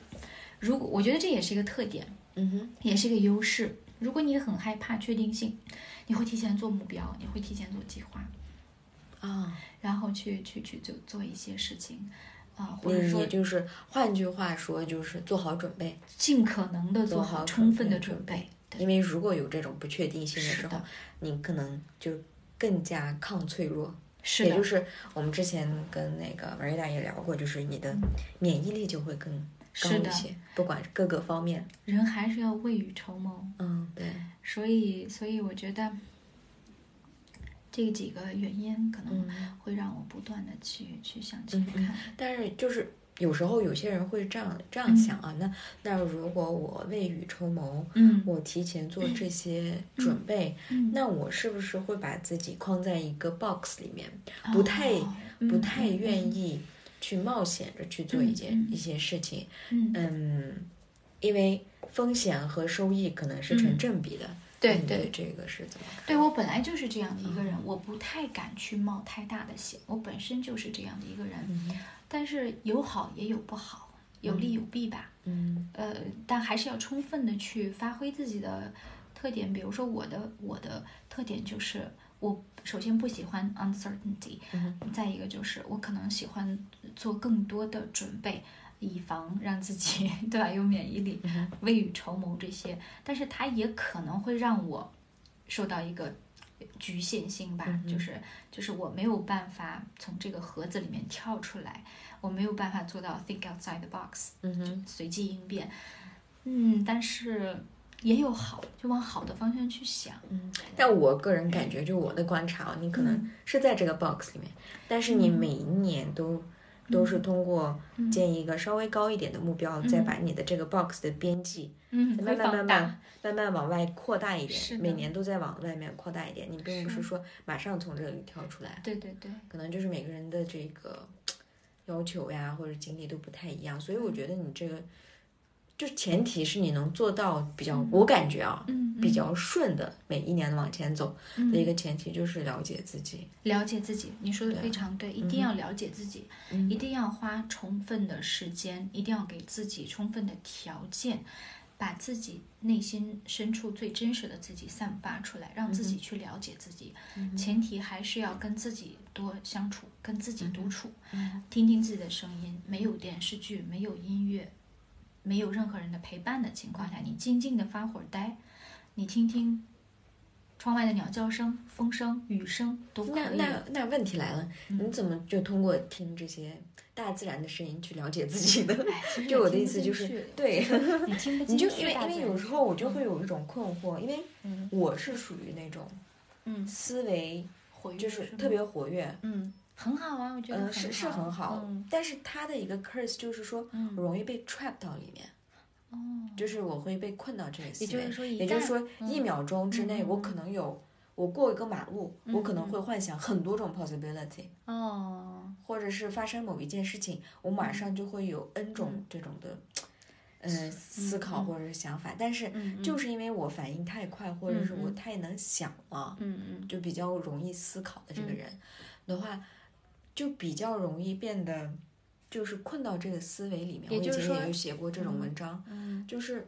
S1: 如果我觉得这也是一个特点，
S2: 嗯哼
S1: 也是一个优势。如果你很害怕确定性，你会提前做目标，你会提前做计划，
S2: 啊，
S1: 然后去去去做做一些事情，啊、或
S2: 你
S1: 者说
S2: 嗯你就是换句话说，就是做好准备，
S1: 尽可能的
S2: 做
S1: 做
S2: 好
S1: 好
S2: 准
S1: 充分
S2: 备
S1: 的准备。对，
S2: 因为如果有这种不确定性的
S1: 是
S2: 时候
S1: 的，，
S2: 你可能就更加抗脆弱。
S1: 是
S2: 也就
S1: 的，
S2: 是我们之前跟那个 m a r i a 也聊过，就是你的免疫力就会更高
S1: 嗯是
S2: 一
S1: 的，
S2: 些，不管各个方面。
S1: 人还是要未雨绸缪。
S2: 嗯，对，
S1: 所以，所以我觉得这几个原因可能
S2: 嗯。
S1: 会让我不断的去去向前
S2: 嗯
S1: 看。
S2: 但是就是有时候有些人会这样这样
S1: 嗯
S2: 想啊，那那如果我未雨绸缪，
S1: 嗯
S2: 我提前做这些准备，
S1: 嗯，
S2: 那我是不是会把自己框在一个 box 里面，不太
S1: 哦
S2: 不太
S1: 意。
S2: 愿意去冒险着去做一件、
S1: 嗯嗯嗯
S2: 一些事情？
S1: 嗯，
S2: 嗯，因为风险和收益可能是成
S1: 嗯
S2: 正比的。
S1: 对
S2: 你
S1: 对
S2: 这个是怎么看？
S1: 对，我本来就是这样的一个人，我不太敢去冒太大的险，我本身就是这样的一个人。
S2: 嗯
S1: 但是有好也有不好，有利有弊吧。
S2: 嗯
S1: 呃，但还是要充分的去发挥自己的特点。比如说我的我的特点就是，我首先不喜欢 uncertainty，、
S2: 嗯
S1: 再一个就是我可能喜欢做更多的准备，以防让自己对吧有免疫力，
S2: 嗯哼
S1: 未雨绸缪这些。但是它也可能会让我受到一个。局限性吧，
S2: 嗯
S1: 就是就是我没有办法从这个盒子里面跳出来，我没有办法做到 think outside the box，
S2: 嗯哼
S1: 随机应变。嗯，但是也有好，就往好的方向去想。
S2: 嗯。但我个人感觉，就我的观察哦，你可
S1: 嗯
S2: 能是在这个 box 里面，但是你每一年都。都
S1: 嗯
S2: 是通过建一个稍微高一点的目标，再把你的这个 box 的边际
S1: 嗯会
S2: 慢慢慢
S1: 放大
S2: 慢。慢慢往外扩大一
S1: 是
S2: 点，
S1: 的
S2: 每年都在往外面扩大一点。你并不是
S1: 是
S2: 说马上从这里跳出来，
S1: 对对对，
S2: 可能就是每个人的这个要求呀或者经历都不太一样，所以我觉得你这个就前提是你能做到比较，我感觉啊，
S1: 嗯，
S2: 比较顺的每一年往前走
S1: 嗯
S2: 的一个前提就是了解自己。
S1: 了解自己，你说的
S2: 对啊嗯
S1: 非常对，一定要了解自己，一定要花充分的时间，一定要给自己充分的条件，把自己内心深处最真实的自己散发出来，让自己去了解自己。
S2: 嗯
S1: 前提还是要跟自己多相处，跟自己独处，
S2: 嗯
S1: 听听自己的声音。没有电视剧，没有音乐，没有任何人的陪伴的情况下，
S2: 嗯
S1: 你静静的发会儿呆，你听听窗外的鸟叫声、风声、雨声都可
S2: 那
S1: 以嗯
S2: 那
S1: 了。
S2: 那问题来了，你怎么就通过听这些大自然的声音去了解自己呢？
S1: 哎其实
S2: 就
S1: 也
S2: 我的
S1: 听
S2: 意
S1: 不
S2: 思
S1: 进
S2: 就是
S1: 去
S2: 对，
S1: 你听不
S2: 你
S1: 进去
S2: 就
S1: 大自
S2: 因为因
S1: 然的声音，
S2: 为有时候我就会有一种困惑，因为
S1: 嗯
S2: 我是属于那种
S1: 嗯
S2: 思维
S1: 活跃
S2: 就是
S1: 吗
S2: 特别活跃，
S1: 嗯很好啊，我觉得
S2: 嗯，是是很好
S1: 嗯，
S2: 但是它的一个 curse 就是说
S1: 嗯
S2: 容易被 trap 到里面，
S1: 哦，
S2: 就是我会被困到这个思
S1: 也就
S2: 维
S1: 是。说一旦，
S2: 也就是说，一
S1: 嗯
S2: 秒钟之内，
S1: 嗯嗯
S2: 我
S1: 嗯
S2: 可能有，我过一个马路，我可能
S1: 嗯嗯
S2: 会幻想很多种 possibility，
S1: 哦，
S2: 或者是发生某一件事情，我马上就会有 n 种这种的，呃，思考
S1: 嗯嗯
S2: 或者是想法。但是
S1: 嗯嗯
S2: 就是因为我反应太快，或者是
S1: 嗯嗯
S2: 我太能想了，
S1: 嗯嗯嗯
S2: 就比较容易思考的这个人，的话，就比较容易变得就是困到这个思维里面。
S1: 也就是说
S2: 我以前也有写过这种文章，
S1: 嗯，
S2: 就是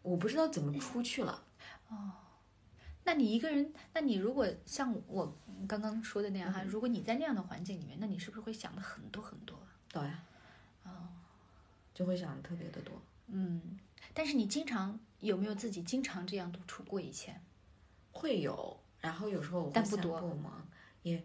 S2: 我不知道怎么出去了。
S1: 那你一个人，那你如果像我刚刚说的那
S2: 嗯
S1: 样哈，如果你在那样的环境里面，那你是不是会想的很多很多啊？
S2: 对呀，
S1: 哦，
S2: 就会想的特别的多。
S1: 嗯，但是你经常有没有自己经常这样独处过？以前
S2: 会有，然后有时候我会
S1: 但不
S2: 散
S1: 多
S2: 步嘛，也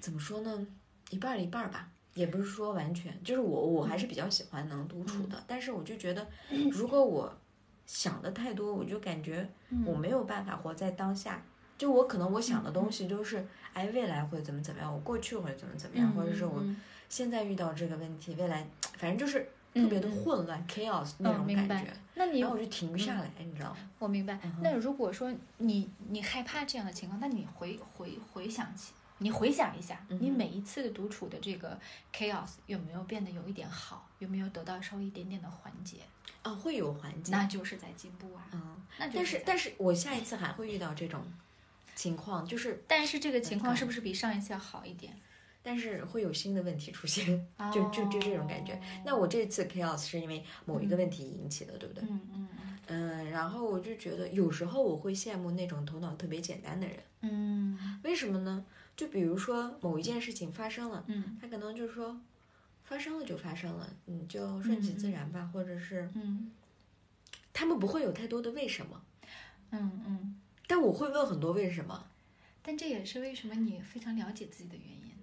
S2: 怎么说呢，一半儿一半儿吧，也不是说完全，就是我我还是比较喜欢能独处
S1: 嗯
S2: 的，但是我就觉得，如果我想的太多，我就感觉
S1: 嗯
S2: 我没有办法活在当下。就我可能我想的东西就是，哎，未来会怎么怎么样，我过去会怎么怎么啊样，或者是我
S1: 嗯
S2: 现在遇到这个问题，未来反正就是特别的混乱、chaos 那种
S1: 哦明
S2: 感
S1: 白嗯
S2: 觉，
S1: 嗯那你
S2: 然后我就停不下来，你知道吗？
S1: 我明白
S2: 嗯。哼
S1: 那如果说你你害怕这样的情况，那你回回回想起，你回想一下，
S2: 嗯哼
S1: 你每一次的独处的这个 chaos 有没有变得有一点好？有没有得到稍微一点点的缓解？
S2: 啊，会有环境，
S1: 哦那就是在进步啊。
S2: 嗯。
S1: 那就
S2: 但是
S1: 在，
S2: 但是我下一次还会遇到这种情况，就是
S1: 但是这个情况
S2: 嗯
S1: 是不是比上一次要好一点？
S2: 但是会有新的问题出现， 就就就这种感觉
S1: 哦。
S2: 那我这次 chaos 是因为某一个问题引起的，对不对？
S1: 嗯嗯嗯
S2: 嗯，然后我就觉得有时候我会羡慕那种头脑特别简单的人，
S1: 嗯
S2: 为什么呢？就比如说某一件事情发生了，
S1: 嗯
S2: 他可能就说。发生了就发生了，你就顺其自然吧，或者是
S1: 嗯
S2: 他们不会有太多的为什么，
S1: 嗯嗯。
S2: 但我会问很多为什么。
S1: 但这也是为什么你非常了解自己的原因，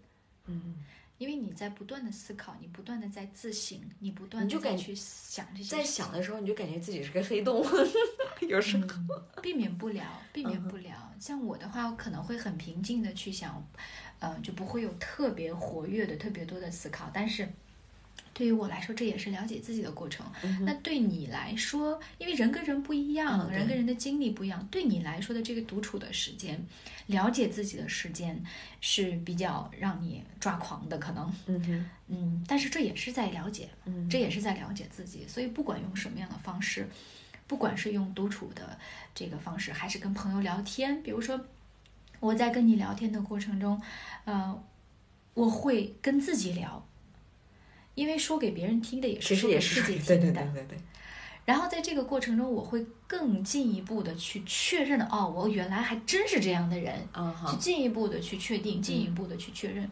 S2: 嗯，
S1: 因为你在不断的思考，你不断的在自省，你不断
S2: 你就
S1: 的
S2: 感
S1: 去想这些事情，
S2: 在想的时候你就感觉自己是个黑洞， 有时候。
S1: 嗯避免不了，避
S2: 嗯
S1: 免不了。像我的话，我可能会很平静的去想，呃，就不会有特别活跃的、特别多的思考。但是，对于我来说，这也是了解自己的过程。
S2: 嗯
S1: 那对你来说，因为人跟人不一样，
S2: 嗯对
S1: 人跟人的经历不一样，对你来说的这个独处的时间，了解自己的时间是比较让你抓狂的，可能。
S2: 嗯哼，
S1: 嗯，但是这也是在了解，
S2: 嗯
S1: 这也是在了解自己。所以不管用什么样的方式，不管是用独处的这个方式，还是跟朋友聊天，比如说我在跟你聊天的过程中，呃，我会跟自己聊，因为说给别人听的也
S2: 其
S1: 是
S2: 实
S1: 说
S2: 也
S1: 给
S2: 是
S1: 自己听的。
S2: 对对对对对，
S1: 然后在这个过程中，我会更进一步的去确认，哦，我原来还真是这样的人，
S2: 嗯
S1: 去
S2: 好，
S1: 进一步的去确定，进一步的去确认。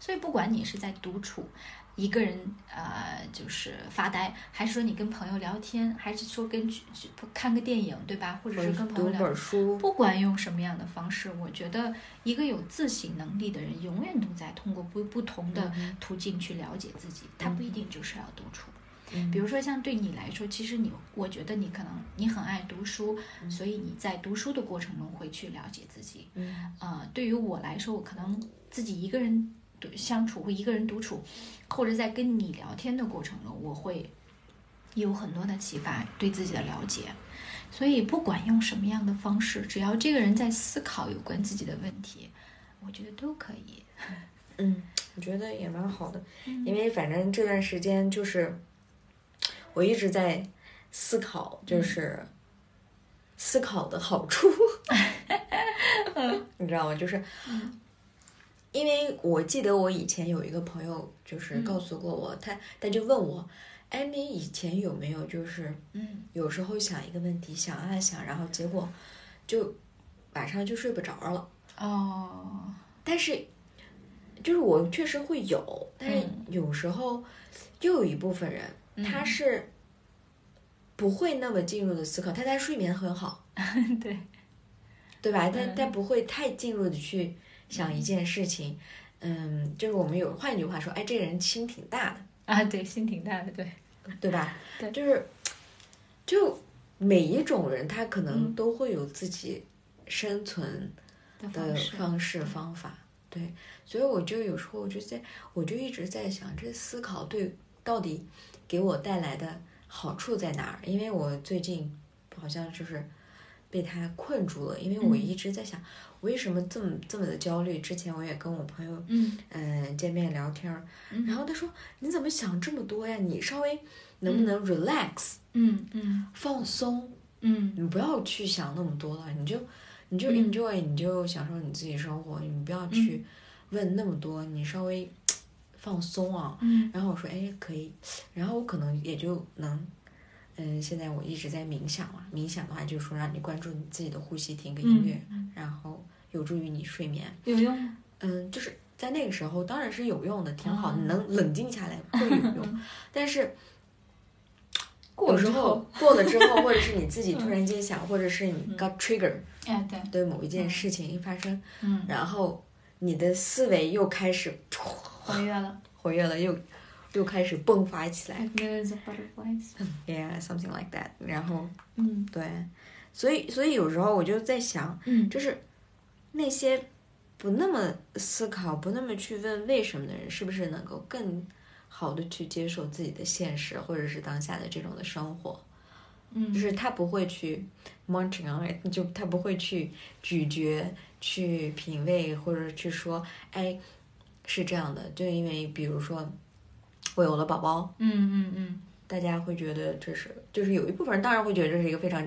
S1: 所以，不管你是在独处一个人，呃，就是发呆，还是说你跟朋友聊天，还是说跟去去看个电影，对吧？或者是跟朋
S2: 读
S1: 友
S2: 本
S1: 聊，
S2: 书，
S1: 不管用什么样的方式，我觉得一个有自省能力的人，永远都在通过不不同的
S2: 嗯
S1: 途径去了解自己，他不一定就是要独处。比如说，像对你来说，其实你，我觉得你可能你很爱读书，所以你在读书的过程中会去了解自己。
S2: 嗯
S1: 呃，对于我来说，我可能自己一个人独相处或一个人独处，或者在跟你聊天的过程中，我会有很多的启发，对自己的了解。所以，不管用什么样的方式，只要这个人在思考有关自己的问题，我觉得都可以。
S2: 嗯，我觉得也蛮好的，因为反正这段时间就是我一直在思考，就是思考的好 处，你知道吗？就是。嗯因为我记得我以前有一个朋友，就是告诉过我，他他就问我，哎，你以前有没有就是
S1: 嗯
S2: 有时候想一个问题，想啊想，然后结果就晚上就睡不着了。
S1: 哦，
S2: 但是，就是我确实会有，但是
S1: 嗯
S2: 有时候又有一部分人，他是不会那么进入的思考，他他睡眠很好，
S1: 对，
S2: 对吧？他他不会太进入的去想一件事情。嗯，就是我们有换句话说，哎，这个人心挺大的，
S1: 啊，对，心挺大的，对，
S2: 对吧？
S1: 对
S2: 就是就每一种人，他可能
S1: 嗯
S2: 都会有自己生存
S1: 的
S2: 的
S1: 方式，
S2: 方式方法。对，所以我就有时候我就在，我就一直在想，这思考对到底给我带来的好处在哪儿？因为我最近好像就是被它困住了，因为我
S1: 嗯
S2: 一直在想，我为什么这么这么的焦虑？之前我也跟我朋友
S1: 嗯
S2: 嗯、呃见面聊天儿，
S1: 嗯
S2: 然后他说你怎么想这么多呀？你稍微能不能 relax、
S1: 嗯嗯
S2: 放松？
S1: 嗯，
S2: 你不要去想那么多了，你就你就
S1: 嗯
S2: enjoy，、你就享受你自己生活，你不要去问那么多，你稍微放松啊。
S1: 嗯
S2: 然后我说，哎，可以。然后我可能也就能，嗯，现在我一直在冥想嘛、冥想的话，就是说让你关注你自己的呼吸，听个音乐，
S1: 嗯
S2: 然后有助于你睡眠。
S1: 有用吗？
S2: 嗯，就是在那个时候当然是有用的，挺好，
S1: 啊
S2: 你能冷静下来会有用。 但是
S1: 嗯过
S2: 有
S1: 了
S2: 时
S1: 之
S2: 候
S1: 后，
S2: 过了之后，或者是 你自己突
S1: 嗯
S2: 然间想，或者是你 got trigger
S1: 哎，对，
S2: 对某一件事情一发生，
S1: 嗯，
S2: 然后你的思维又开始
S1: 活跃了。
S2: 活跃了，又又开始迸发起来
S1: Like millions of butterflies。
S2: ，yeah，something like that。然后
S1: 嗯
S2: 对，所以所以有时候我就在想，
S1: 嗯，
S2: 就是那些不那么思考、不那么去问为什么的人，是不是能够更好的去接受自己的现实，或者是当下的这种的生活？
S1: 嗯
S2: 就是他不会去 munching on it，就他不会去咀嚼、去品味，或者去说，哎，是这样的。就因为比如说，我有了宝宝，
S1: 嗯嗯嗯
S2: 大家会觉得这是，就是有一部分人当然会觉得这是一个非常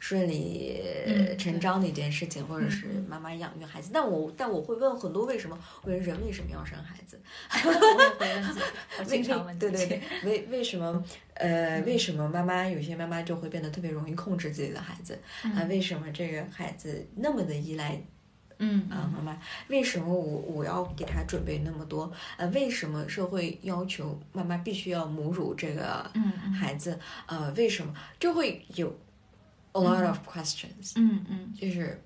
S2: 顺理呃
S1: 嗯
S2: 成
S1: 对嗯
S2: 章的一件事情，或者是妈妈养育孩子。但我但我会问很多为什么，我说人为什么要生孩子？，
S1: 我也会问自己，我经
S2: 为
S1: 常
S2: 为
S1: 问
S2: 对
S1: 自己。嗯
S2: 对对，为为 什么呃为什么妈妈有些妈妈就会变得特别容易控制自己的孩子
S1: 嗯
S2: 啊？为什么这个孩子那么的依赖
S1: 嗯
S2: 啊，妈妈，为什么我我要给他准备那么多？呃，为什么社会要求妈妈必须要母乳这个
S1: 嗯嗯
S2: 孩子？呃，为什么就会有 a lot of questions？、
S1: 嗯嗯
S2: 就是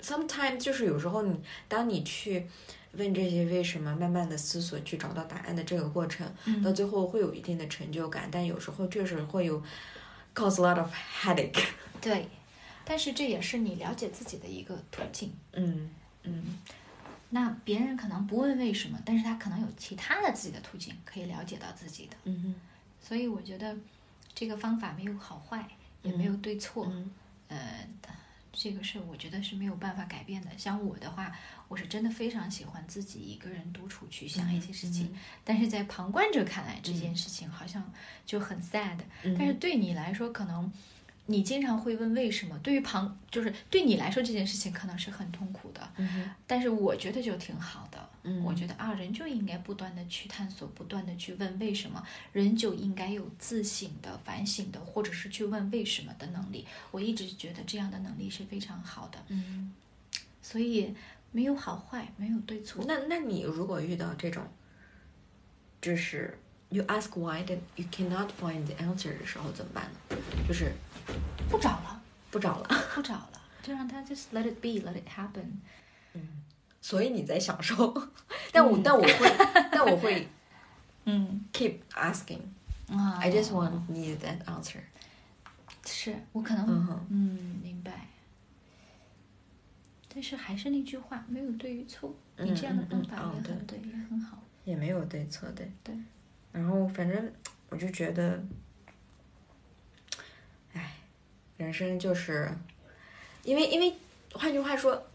S2: sometimes 就是有时候你当你去问这些为什么，慢慢的思索去找到答案的这个过程，
S1: 嗯
S2: 到最后会有一定的成就感，但有时候确实会有 cause a lot of headache。
S1: 对，但是这也是你了解自己的一个途径。
S2: 嗯嗯。
S1: 那别人可能不问为什么，但是他可能有其他的自己的途径可以了解到自己的。
S2: 嗯哼
S1: 所以我觉得这个方法没有好坏，也没有对错。
S2: 嗯
S1: 呃，这个是我觉得是没有办法改变的。像我的话，我是真的非常喜欢自己一个人独处去想一些事情，
S2: 嗯
S1: 但是在旁观者看来，这件事情好像就很 sad、但是
S2: 嗯
S1: 对你来说，可能你经常会问为什么，对于旁就是对你来说这件事情可能是很痛苦的，
S2: 嗯哼
S1: 但是我觉得就挺好的。
S2: 嗯
S1: 我觉得啊，人就应该不断的去探索，不断的去问为什么，人就应该有自省的、反省的，或者是去问为什么的能力。我一直觉得这样的能力是非常好的，
S2: 嗯
S1: 所以没有好坏，没有对错。
S2: 那那你如果遇到这种，就是 you ask why that you cannot find the answer 的时候怎么办呢？就是
S1: 不找了，
S2: 不找了，
S1: 不找了，就让它 just let it be，let it happen。
S2: 所以你在享受， 但我、但我会但我会
S1: 嗯
S2: keep asking。
S1: 啊
S2: I just want need that answer。
S1: 是我可能
S2: 嗯哼
S1: 嗯，明白。但是还是那句话，没有对与错，你这样的方法
S2: 嗯嗯
S1: 也
S2: 嗯哦
S1: 很对，也很好。
S2: 也没有对错对
S1: 对。
S2: 然后反正我就觉得，哎，人生就是，因为因为换句话说，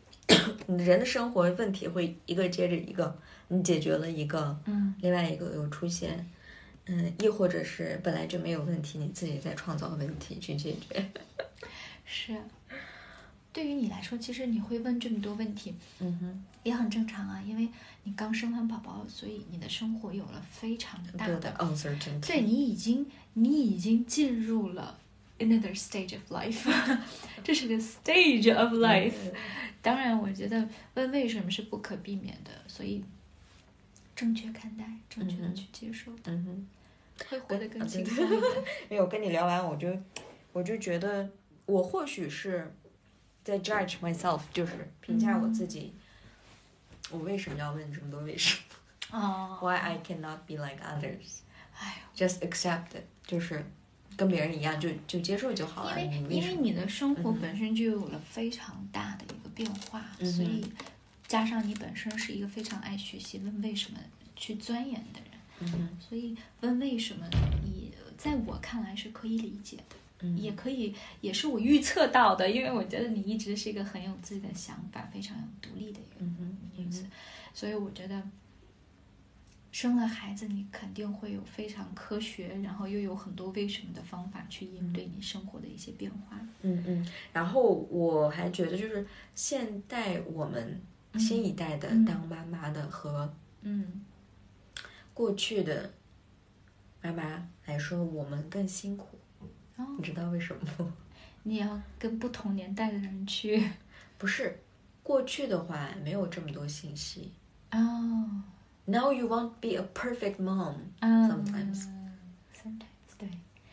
S2: 你人的生活问题会一个接着一个，你解决了一个，
S1: 嗯
S2: 另外一个又出现，嗯，亦或者是本来就没有问题，你自己在创造问题去解决。
S1: 是。对于你来说，其实你会问这么多问题，
S2: 嗯哼，
S1: 也很正常啊，因为你刚生完宝宝，所以你的生活有了非常大
S2: 对
S1: 的
S2: 的，uncertainty。
S1: 对你已经你已经进入了 another stage of life，这 是个 stage of life。当然，我觉得问为什么是不可避免的，所以正确看待，正确的去接受，
S2: 嗯哼。
S1: 会活得
S2: 啊
S1: 更
S2: 对
S1: 轻松一点。
S2: 没有跟你聊完，我就我就觉得我或许是在 judge myself，就是评价我自己，我为什么要问这么多为什么
S1: 哦，
S2: ？Why I cannot be like others?
S1: 哎
S2: Just accept it，就是跟别人一样，就就接受就好了。
S1: 因为
S2: 啊你
S1: 因
S2: 什
S1: 为
S2: 么
S1: 你的生活
S2: 嗯哼
S1: 本身就有了非常大的一个变化，
S2: 嗯哼
S1: 所以加上你本身是一个非常爱学习、问为什么去钻研的人。
S2: 嗯哼
S1: 所以问为什么，你在我看来是可以理解的，
S2: 嗯
S1: 也可以，也是我预测到的，因为我觉得你一直是一个很有自己的想法、非常有独立的一个
S2: 嗯哼
S1: 女子，所以我觉得生了孩子，你肯定会有非常科学，然后又有很多为什么的方法去
S2: 嗯
S1: 应对你生活的一些变化。
S2: 嗯嗯，然后我还觉得就是现代我们新一代的
S1: 嗯
S2: 当妈妈的和
S1: 嗯
S2: 过去的妈妈来说，我们更辛苦。
S1: 哦
S2: 你知道为什么吗？
S1: 你也要跟不同年代的人去
S2: 不是，过去的话没有这么多信息。
S1: 哦，
S2: Now you won't be a perfect mom
S1: 嗯
S2: Sometimes
S1: sometimes 对，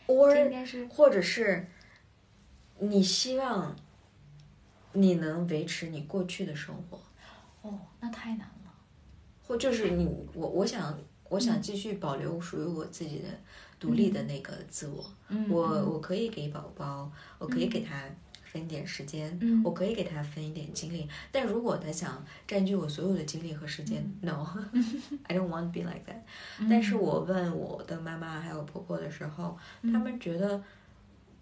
S1: 这应
S2: or
S1: 该是
S2: 或者是你希望你能维持你过去的生活，
S1: 哦，那太难了，
S2: 或就是你我我想我想继续保留属于我自己的独立的那个自我，
S1: 嗯
S2: 我我可以给宝宝，我可以给他分一点时间，
S1: 嗯
S2: 我可以给他分一点精力，但如果他想占据我所有的精力和时间、n
S1: 嗯
S2: o i don't want to be like that、但是我问我的妈妈还有婆婆的时候，
S1: 嗯
S2: 他、们觉得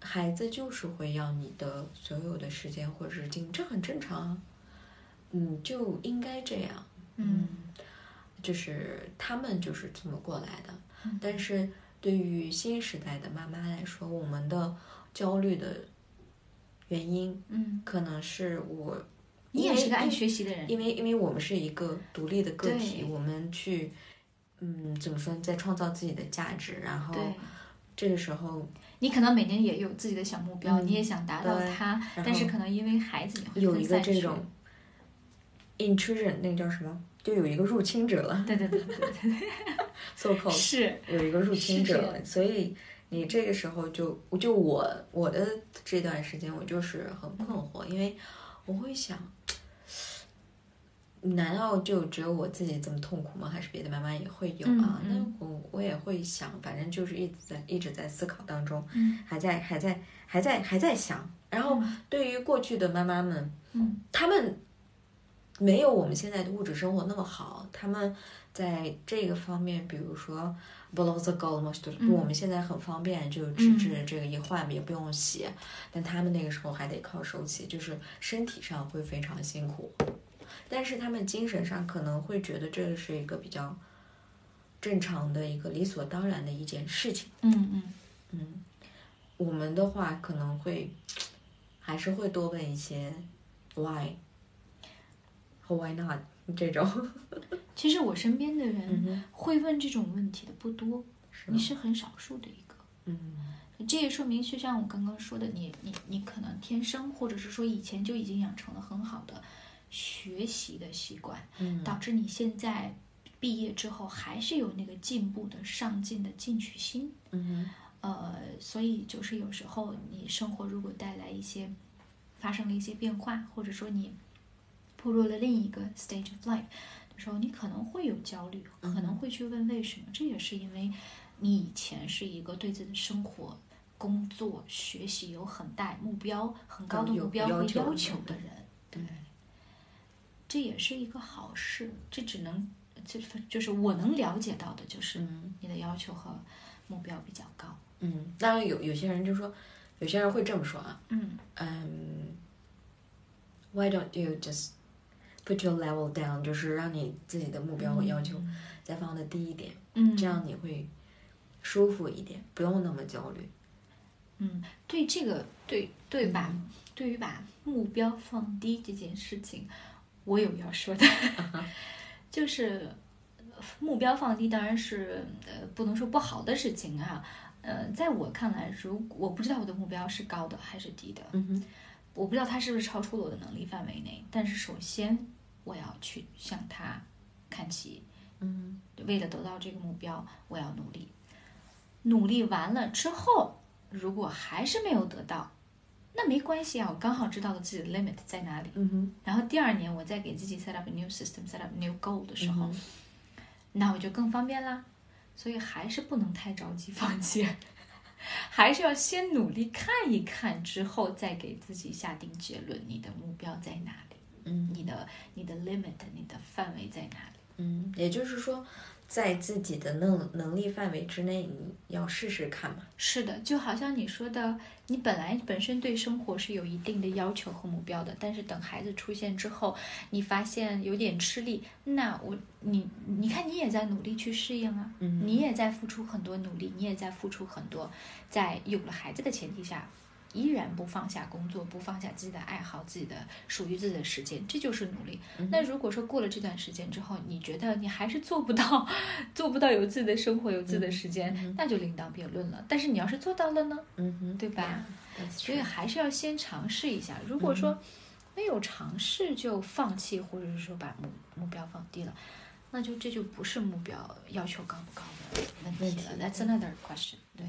S2: 孩子就是会要你的所有的时间或者是精力，这很正常啊，嗯，就应该这样。
S1: 嗯
S2: 就是他们就是这么过来的。
S1: 嗯
S2: 但是对于新时代的妈妈来说，我们的焦虑的原因
S1: 嗯，
S2: 可能是我，
S1: 你也
S2: 因为
S1: 是个爱学习的人，
S2: 因为因为我们是一个独立的个体，
S1: 对
S2: 我们去。嗯，怎么说呢？在创造自己的价值，然后
S1: 对，
S2: 这个时候
S1: 你可能每年也有自己的小目标，
S2: 嗯
S1: 你也想达到
S2: 对
S1: 它，
S2: 然
S1: 啊但是
S2: 后
S1: 可能因为孩子你会
S2: 有
S1: 分
S2: 一个
S1: 散
S2: 这
S1: 去
S2: 种 intrusion，那个叫什么？就有一个入侵者了
S1: 对对对对对，
S2: ，so called
S1: 是，
S2: 有一个入侵
S1: 是这
S2: 者
S1: 样，
S2: 所以你这个时候就我就我我的这段时间我就是很困惑，因为我会想，难道就只有我自己这么痛苦吗？还是别的妈妈也会有
S1: 嗯
S2: 啊？
S1: 嗯
S2: 那我我也会想，反正就是一直在一直在思考当中，
S1: 嗯
S2: 还在还在还在还在想。然后对于过去的妈妈们，
S1: 嗯
S2: 他们没有我们现在的物质生活那么好，他们在这个方面，比如说 b l o z g o m o s t
S1: 嗯
S2: 我们现在很方便，就纸质这个一换也不用洗，但他们那个时候还得靠手洗，就是身体上会非常辛苦，但是他们精神上可能会觉得这是一个比较正常的一个理所当然的一件事情。
S1: 嗯嗯，
S2: 嗯，我们的话可能会还是会多问一些 why 和 why not 这种，
S1: 其实我身边的人
S2: 嗯哼，
S1: 会问这种问题的不多，
S2: 是
S1: 你
S2: 吗？
S1: 是很少数的一个。
S2: 嗯
S1: 这也说明，就像我刚刚说的，你你你可能天生，或者是说以前就已经养成了很好的学习的习惯，
S2: 嗯
S1: 导致你现在毕业之后还是有那个进步的、上进的进取心。
S2: 嗯
S1: 呃，所以就是有时候你生活如果带来一些发生了一些变化，或者说你步入了另一个 stage of life 的时候，你可能会有焦虑，
S2: 嗯
S1: 可能会去问为什么。这也是因为你以前是一个对自己的生活、工作、学习有很大目标、很高的
S2: 有
S1: 目标和
S2: 要求
S1: 要
S2: 的
S1: 求的
S2: 人
S1: 人。对，这也是一个好事。这只能就是就是我能了解到的，就是
S2: 嗯
S1: 你的要求和目标比较高。
S2: 嗯，当然有有些人就说，有些人会这么说啊，
S1: 嗯。
S2: 嗯，why don't you just put your level down，就是让你自己的目标和要求再放的低一点，
S1: 嗯，
S2: 这样你会舒服一点，不用那么焦虑。
S1: 嗯对这个对对吧？对于把目标放低这件事情，我有要 说的，就是呃目标放低当然是呃不能说不好的事情啊。呃，在我看来，如我不知道我的目标是高的还是低的，
S2: 嗯哼，
S1: 我不知道它是不是超出了我的能力范围内，但是首先我要去向它看齐，
S2: 嗯
S1: 为了得到这个目标，我要努力。努力完了之后，如果还是没有得到，那没关系啊，我刚好知道了自己的 limit 在哪里。
S2: 嗯哼，
S1: 然后第二年我再给自己 set up a new system、set up new goal 的时
S2: 然
S1: 候，
S2: 后
S1: 那我就更方便啦。所以还是不能太着急放弃， 还是要先努力看一看，之后再给自己下定结论，你的目标在哪里，
S2: 嗯
S1: 你的你的 limit、你的范围在哪里。
S2: 嗯，也就是说，在自己的能能力范围之内，你要试试看嘛。
S1: 是的，就好像你说的，你本来本身对生活是有一定的要求和目标的，但是等孩子出现之后，你发现有点吃力，那我你你看你也在努力去适应啊，
S2: 嗯
S1: 你也在付出很多努力，你也在付出很多，在有了孩子的前提下依然不放下工作，不放下自己的爱好，自己的属于自己的时间，这就是努力。那如果说过了这段时间之后，你觉得你还是做不到， 做不到有自己的生活，有自己的时间，那就另当别论了。但是你要是做到了呢，
S2: 嗯哼，
S1: 对吧
S2: That's
S1: 所以
S2: true
S1: 还是要先尝试一下。如果
S2: 嗯
S1: 说没有尝试就放弃，或者是说把目目标放低了，那就这就不是目标要求高不高的问题了。
S2: 问题
S1: That's another question。对，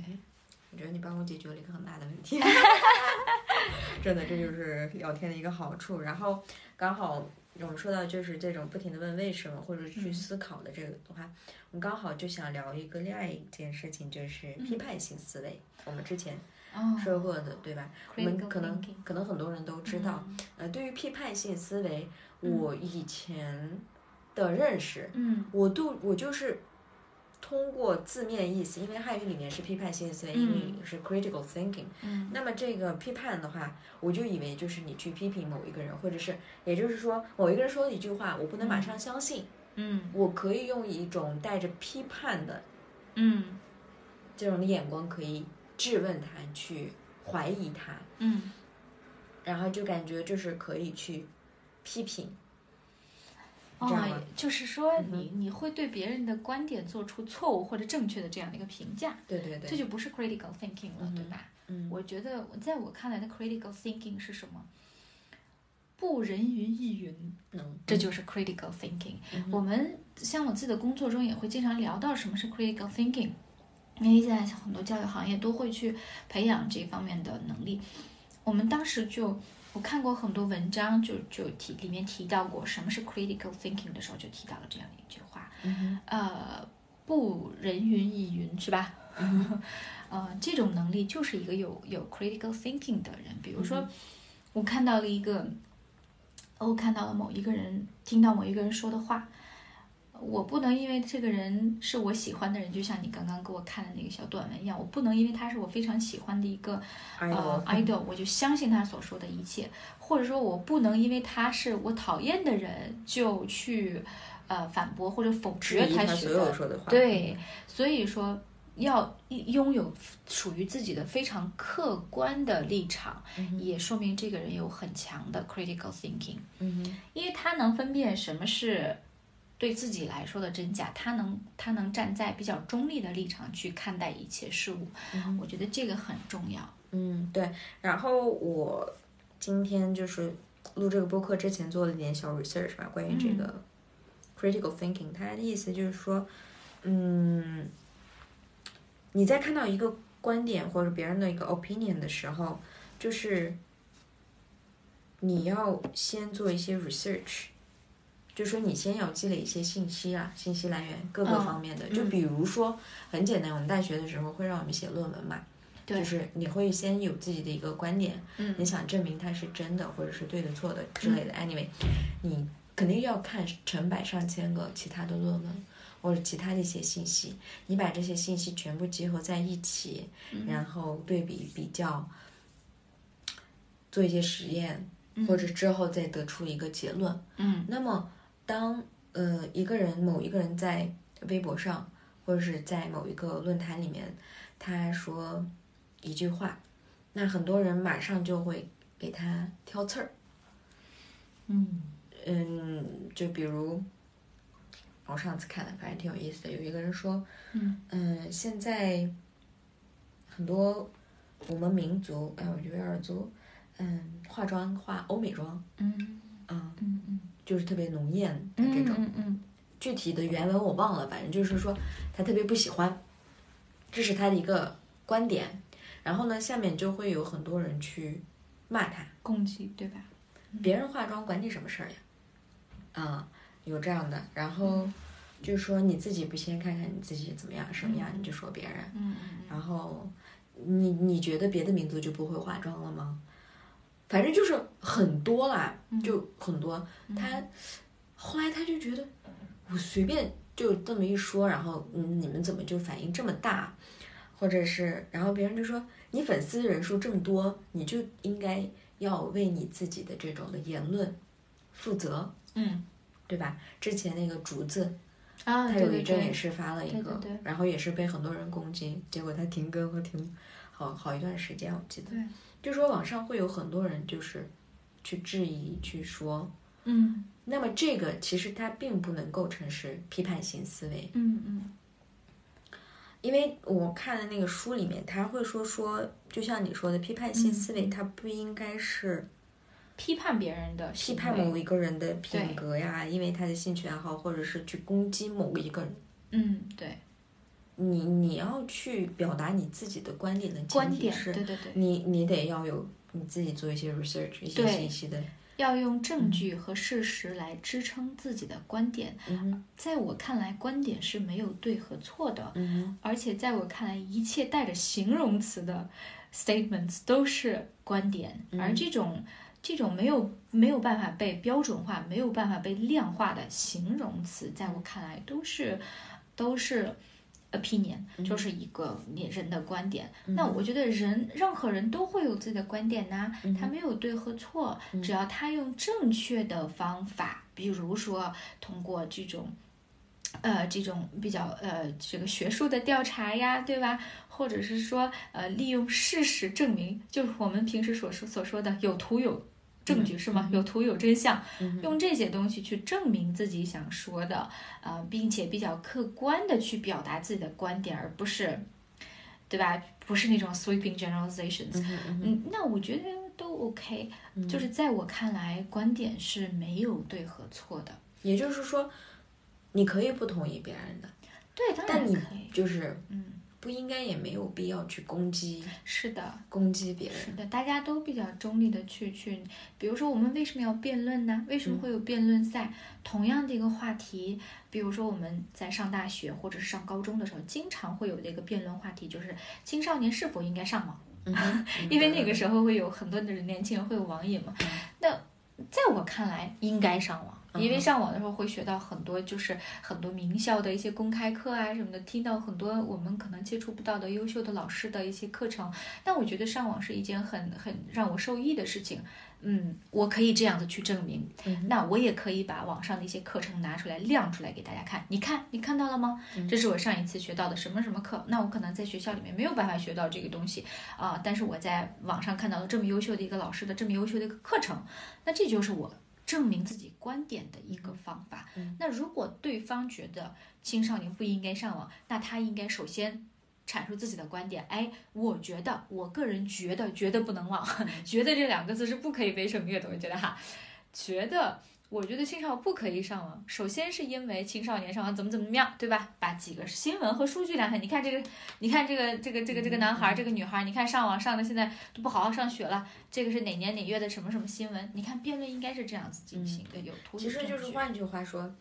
S2: 我觉得你帮我解决了一个很大的 问题，真的，这就是聊天的一个好处。然后刚好我们说到就是这种不停的问为什么或者
S1: 嗯
S2: 去思考的这个的话，我们刚好就想聊一个另外一件事情，就是批判性思维。我们之前
S1: 嗯哦，
S2: 说过的，对吧？我
S1: critical
S2: 们可能
S1: thinking
S2: 可能很多人都知道，呃，对于批判性思维，我以前的认识，
S1: 嗯
S2: 我都我就是通过字面意思，因为汉语里面是批判性思维，英语是 critical thinking。
S1: 嗯
S2: 那么这个批判的话，我就以为就是你去批评某一个人，或者是也就是说某一个人说的一句话，我不能马上相信，
S1: 嗯
S2: 我可以用一种带着批判的
S1: 嗯
S2: 这种的眼光，可以质问他，去怀疑他，
S1: 嗯，
S2: 然后就感觉就是可以去批评。这
S1: 哦
S2: 样吗，嗯
S1: 就是说你你会对别人的观点做出错误或者正确的这样的一个评价，
S2: 对对
S1: 这
S2: 对，
S1: 就不是 critical thinking 了，对吧？
S2: 嗯
S1: 我觉得我在我看来的 critical thinking 是什么？不人云亦云，
S2: 嗯，
S1: 这就是 critical thinking。我们像我自己的工作中也会经常聊到什么是 critical thinking，因为现在很多教育行业都会去培养这方面的能力。我们当时就我看过很多文章就，就提里面提到过什么是 critical thinking 的时候，就提到了这样的一句话，呃，不人云亦云是吧？ 呃，这种能力就是一个有有 critical thinking 的人。比如说，我看到了一个，我看到了某一个人，听到某一个人说的话，我不能因为这个人是我喜欢的人，就像你刚刚给我看的那个小短文一样，我不能因为他是我非常喜欢的一个
S2: 哎
S1: 呃
S2: 呦，
S1: idol，我就相信他所说的一切，或者说我不能因为他是我讨厌的人就去呃反驳或者否
S2: 质
S1: 决
S2: 疑
S1: 学
S2: 所
S1: 的
S2: 有说的话。嗯
S1: 对，所以说要拥有属于自己的非常客观的立场，也说明这个人有很强的 critical thinking，
S2: 嗯哼，
S1: 因为他能分辨什么是对自己来说的真假，他能他能站在比较中立的立场去看待一切事物，我觉得这个很重要。
S2: 嗯，对。然后我今天就是录这个播客之前做了一点小 research 吧，关于这个 critical thinking，、它的意思就是说，嗯，你在看到一个观点或者别人的一个 opinion 的时候，就是你要先做一些 research。就说你先要积累一些信息啊，信息来源各个
S1: 嗯
S2: 方面的。
S1: 嗯
S2: 就比如说，很简单，我们大学的时候会让我们写论文嘛，
S1: 对
S2: 就是你会先有自己的一个观点，
S1: 嗯
S2: 你想证明它是真的或者是对的错的之类的。anyway，你肯定要看成百上千个其他的论文或者其他的一些信息，你把这些信息全部结合在一起，
S1: 嗯
S2: 然后对比比较，做一些实验，或者之后再得出一个结论。
S1: 嗯
S2: 那么当呃一个人某一个人在微博上或者是在某一个论坛里面，他说一句话，那很多人马上就会给他挑刺儿。
S1: 嗯
S2: 嗯，就比如我上次看了，反正挺有意思的，有一个人说，
S1: 嗯
S2: 嗯、现在很多我们民族，哎，我觉得尔族，嗯，化妆化欧美妆，
S1: 嗯
S2: 嗯，
S1: 嗯嗯
S2: 就是特别浓艳的这
S1: 嗯
S2: 种。
S1: 嗯嗯
S2: 具体的原文我忘了，反正就是说他特别不喜欢，这是他的一个观点。然后呢，下面就会有很多人去骂他，
S1: 攻击对吧？
S2: 别人化妆管你什么事儿呀？啊、有这样的。然后就说你自己不先看看你自己怎么样什么样，你就说别人。
S1: 嗯
S2: 然后你你觉得别的民族就不会化妆了吗？反正就是很多啦，就很多。他后来他就觉得我随便就这么一说，然后嗯，你们怎么就反应这么大？或者是，然后别人就说你粉丝人数这么多，你就应该要为你自己的这种的言论负责，
S1: 嗯
S2: 对吧？之前那个竹子，
S1: 啊，
S2: 他
S1: 对
S2: 有一
S1: 对
S2: 阵也
S1: 对，
S2: 是发了一个，
S1: 对对对
S2: 然后也是被很多人攻击，结果他停更和停好好一段时间，我记得。
S1: 对
S2: 就说网上会有很多人就是去质疑，去说，
S1: 嗯
S2: 那么这个其实它并不能构成是批判性思维，
S1: 嗯嗯
S2: 因为我看的那个书里面，他会说说，就像你说的，批判性
S1: 嗯
S2: 思维它不应该是
S1: 批判别人的
S2: 批
S1: 呃行为，
S2: 判某一个人的品
S1: 对
S2: 格呀，因为他的兴趣爱好，或者是去攻击某一个人。
S1: 嗯对
S2: 你你要去表达你自己的观点的前
S1: 观
S2: 提
S1: 点，
S2: 是，
S1: 对对对，
S2: 你你得要有你自己做一些 research 一些
S1: 对
S2: 信息的，
S1: 要用证据和事实来支撑自己的观点。
S2: 嗯
S1: 在我看来，观点是没有对和错的，
S2: 嗯，
S1: 而且在我看来，一切带着形容词的 statements 都是观点，
S2: 嗯
S1: 而这种这种没有没有办法被标准化、没有办法被量化的形容词，在我看来都是都是 opinion，
S2: 嗯
S1: 就是一个你人的观点。
S2: 嗯
S1: 那我觉得人任何人都会有自己的观点呐、
S2: 嗯
S1: 他没有对和错，
S2: 嗯
S1: 只要他用正确的方法，比如说通过这种。呃，这种比较呃，这个学术的调查呀，对吧？或者是说，呃，利用事实证明，就是我们平时所说所说的有图有证据、是吗？有图有真相，
S2: 嗯
S1: 用这些东西去证明自己想说的，呃，并且比较客观的去表达自己的观点，而不是，对吧？不是那种 sweeping generalizations。
S2: 嗯哼嗯哼
S1: 嗯，那我觉得都 OK，、就是在我看来，观点是没有对和错的。
S2: 也就是说，你可以不同意别人的，
S1: 对，当
S2: 但
S1: 然
S2: 你
S1: 可以。
S2: 就是
S1: 嗯，
S2: 不应该也没有必要去攻击
S1: 是的，
S2: 攻击别
S1: 是
S2: 人。
S1: 的，大家都比较中立的去去，比如说我们为什么要辩论呢？为什么会有辩论赛？同样的一个话题，比如说我们在上大学或者是上高中的时候，经常会有的一个辩论话题就是青少年是否应该上网。
S2: 嗯哼
S1: 因为那个时候会有很多的年轻人会有网瘾嘛
S2: 嗯。
S1: 那在我看来，应该上
S2: 嗯
S1: 网，因为上网的时候会学到很多，就是很多名校的一些公开课啊什么的，听到很多我们可能接触不到的优秀的老师的一些课程。但我觉得上网是一件很很让我受益的事情。嗯，我可以这样子去证明，
S2: 嗯
S1: 那我也可以把网上的一些课程拿出来亮出来给大家看。你看，你看到了吗？
S2: 嗯
S1: 这是我上一次学到的什么什么课。那我可能在学校里面没有办法学到这个东西啊、但是我在网上看到了这么优秀的一个老师的这么优秀的一个课程，那这就是我证明自己观点的一个方法。
S2: 嗯
S1: 那如果对方觉得青少年不应该上网，那他应该首先。阐述自己的观点，哎，我觉得，我个人觉得，觉得不能忘，
S2: 嗯
S1: 觉得这两个字是不可以被省略的。我觉得哈，觉得，我觉得青少不可以上网。首先是因为青少年上网怎么怎么样，对吧？把几个新闻和数据来看，你看这个，你看这个，这个，这个，这个男
S2: 嗯
S1: 孩儿，这个女孩儿，你看上网上的现在都不好好上学了。这个是哪年哪月的什么什么新闻？你看辩论应该是这样子进行的，有图
S2: 嗯其
S1: 有
S2: 实
S1: 证
S2: 就是
S1: 据
S2: 换句话说，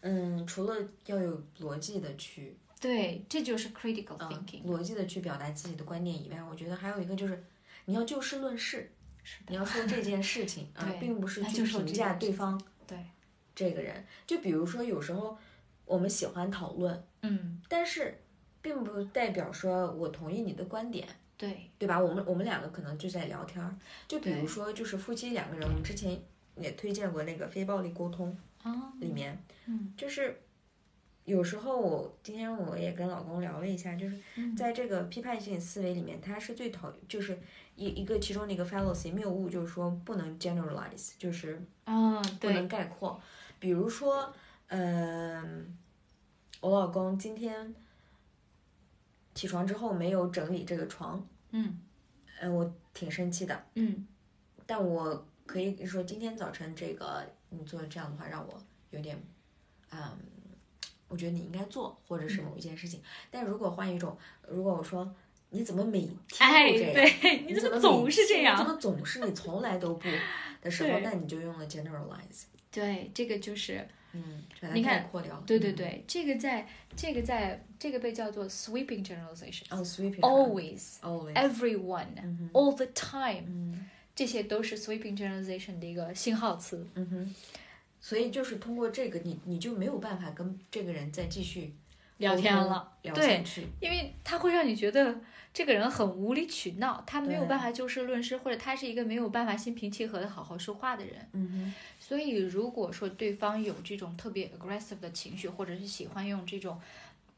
S2: 嗯，除了要有逻辑的去，
S1: 对，这就是 critical
S2: 嗯
S1: thinking，、，
S2: 逻辑的去表达自己的观点以外，我觉得还有一个就是你要就事论事，
S1: 是的，
S2: 你要说这件事 情啊
S1: 对，
S2: 并不是
S1: 那
S2: 去
S1: 就是我
S2: 评
S1: 这
S2: 价
S1: 个
S2: 对方
S1: 对，
S2: 这个人。就比如说，有时候我们喜欢讨论，
S1: 嗯，
S2: 但是并不代表说我同意你的观点。
S1: 对，
S2: 对吧？我们我们两个可能就在聊天儿，就比如
S1: 对
S2: 说就是夫妻两个人，我们之前也推荐过那个非暴力沟通
S1: 啊，
S2: 里面，
S1: 嗯
S2: 就是有时候我今天我也跟老公聊了一下，就是
S1: 嗯，
S2: 在这个批判性思维里面，它是最讨就是一一个其中的一个 fallacy 谬误，就是说不能 generalize，就是
S1: 啊，
S2: 不
S1: 对，
S2: 能概括。比如说，嗯、我老公今天起床之后没有整理这个床，
S1: 嗯
S2: 嗯、我挺生气的。
S1: 嗯
S2: 但我可以说，今天早晨这个你做这样的话，让我有点，嗯，我觉得你应该做，或
S1: 嗯
S2: 者是某一件事情。但如果换一种，如果我说你怎么每天
S1: 哎，
S2: 都这样，
S1: 对，你
S2: 你
S1: 怎么
S2: 么
S1: 总
S2: 每
S1: 是这
S2: 天你怎
S1: 样？
S2: 么总是你从来 都不的时候，
S1: 对
S2: 那你就用了 generalize，
S1: 对，这个就是
S2: 嗯，把它
S1: 你看
S2: 概括掉了。嗯
S1: 对对对，这个在这个在这个被叫做 sweeping generalizations。
S2: 嗯，哦，sweeping
S1: Always,
S2: always，
S1: everyone,
S2: 嗯哼，
S1: all the time，
S2: 嗯
S1: 这些都是 sweeping generalization 的一个信号词。
S2: 嗯哼。所以就是通过这个，你你就没有办法跟这个人再继续
S1: 聊
S2: 沟
S1: 天
S2: 通
S1: 了，
S2: 聊
S1: 对
S2: 下去。
S1: 因为它会让你觉得这个人很无理取闹，他没有
S2: 对
S1: 办法就事论事，或者他是一个没有办法心平气和的好好说话的人。
S2: 嗯哼。
S1: 所以，如果说对方有这种特别 aggressive 的情绪，或者是喜欢用这种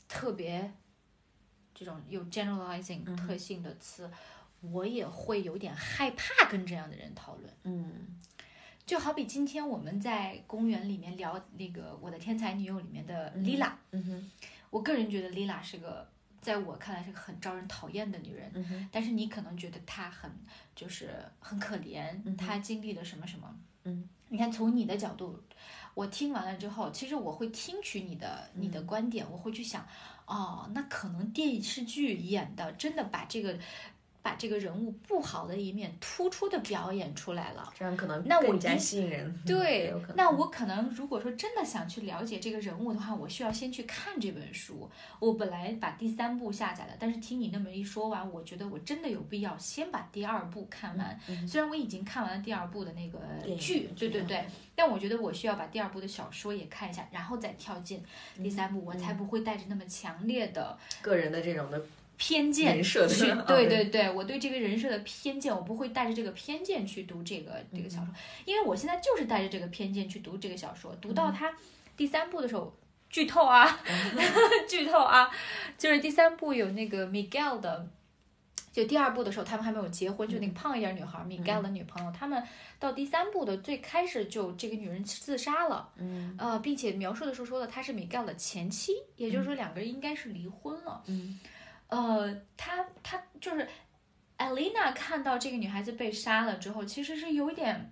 S1: 特别这种有 generalizing
S2: 嗯
S1: 特性的词，我也会有点害怕跟这样的人讨论。
S2: 嗯
S1: 就好比今天我们在公园里面聊那个《我的天才女友》里面的 Lila，、
S2: 嗯哼
S1: 我个人觉得 Lila 是个，在我看来是个很招人讨厌的女人。
S2: 嗯哼
S1: 但是你可能觉得她很就是很可怜，
S2: 嗯
S1: 她经历了什么什么。
S2: 嗯，
S1: 你看从你的角度，我听完了之后，其实我会听取你的
S2: 嗯
S1: 你的观点，我会去想，哦，那可能电视剧演的真的把这个把这个人物不好的一面突出的表演出来了。
S2: 这样可能
S1: 那我
S2: 更加
S1: 一
S2: 吸引人。
S1: 嗯对
S2: 有可能，
S1: 那我可能如果说真的想去了解这个人物的话，我需要先去看这本书。我本来把第三部下载了，但是听你那么一说完，我觉得我真的有必要先把第二部看完。虽然我已经看完了第二部的那个
S2: 电影
S1: 剧，嗯对对
S2: 嗯
S1: 对，但我觉得我需要把第二部的小说也看一下，然后再跳进第三部，我才不会带着那么强烈的
S2: 嗯个人的这种的
S1: 偏见
S2: 人设的
S1: 去，
S2: 啊
S1: 对对对，我对这个人设的偏见，我不会带着这个偏见去读这个这个小
S2: 嗯
S1: 说，因为我现在就是带着这个偏见去读这个小说，读
S2: 嗯
S1: 到它第三部的时候。剧透啊， 剧透啊！就是第三部有那个 Miguel 的，就第二部的时候他们还没有结婚，
S2: 嗯
S1: 就那个胖一点女孩 Miguel 的女朋友，他们到第三部的最开始就这个女人自杀了，
S2: 嗯
S1: 呃，并且描述的时候说了她是 Miguel 的前妻，也就是说两个人应该是离婚了。
S2: 嗯
S1: 呃，他他就是艾琳娜看到这个女孩子被杀了之后，其实是有一点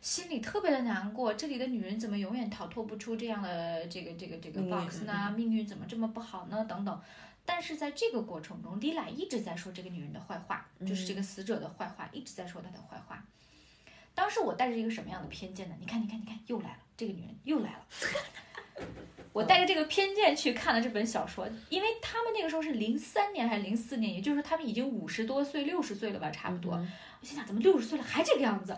S1: 心里特别的难过。这里的女人怎么永远逃脱不出这样的这个这个这个
S2: 命运嗯
S1: box 呢？命运怎么这么不好呢？等等。但是在这个过程中，莉拉一直在说这个女人的坏话，就是
S2: 嗯
S1: 这个死者的坏话，一直在说她的坏话。当时我带着一个什么样的偏见呢？你看，你看，你看，又来了，这个女人又来了。我带着这个偏见去看了这本小说，因为他们那个时候是零三年还是零四年，也就是他们已经五十多岁、六十岁了吧，差不多。
S2: 嗯
S1: 我心想，怎么六十岁了还这个样子？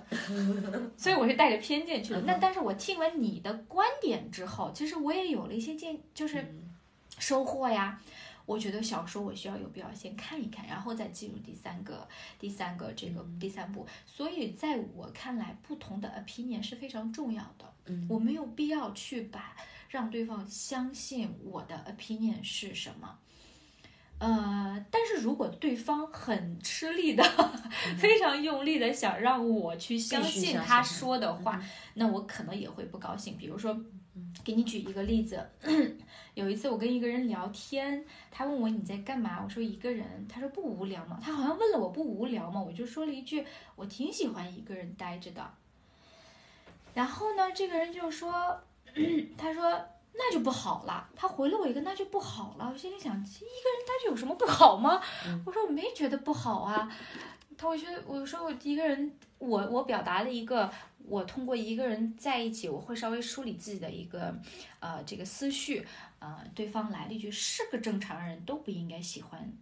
S1: 所以我是带着偏见去的。那但是我听完你的观点之后，其实我也有了一些见，就是收获呀。我觉得小说我需要有必要先看一看，然后再进入第三个第三个这个第三步。所以在我看来，不同的 opinion 是非常重要的。
S2: 嗯
S1: 我没有必要去把让对方相信我的 opinion 是什么。呃，但是如果对方很吃力的、
S2: 嗯
S1: 非常用力的想让我去相
S2: 必须
S1: 信
S2: 相信
S1: 他
S2: 他嗯
S1: 说的话，那我可能也会不高兴。比如说，给你举一个例子， 有一次我跟一个人聊天，他问我你在干嘛，我说一个人，他说不无聊吗？他好像问了我不无聊吗？我就说了一句我挺喜欢一个人待着的。然后呢，这个人就说， 他说那就不好了。他回了我一个那就不好了。我心里想，一个人待着有什么不好吗？我说我没觉得不好啊。他我觉得我说我一个人，我我表达了一个我通过一个人在一起，我会稍微梳理自己的一个呃这个思绪。呃，对方来了一句是个正常人都不应该喜欢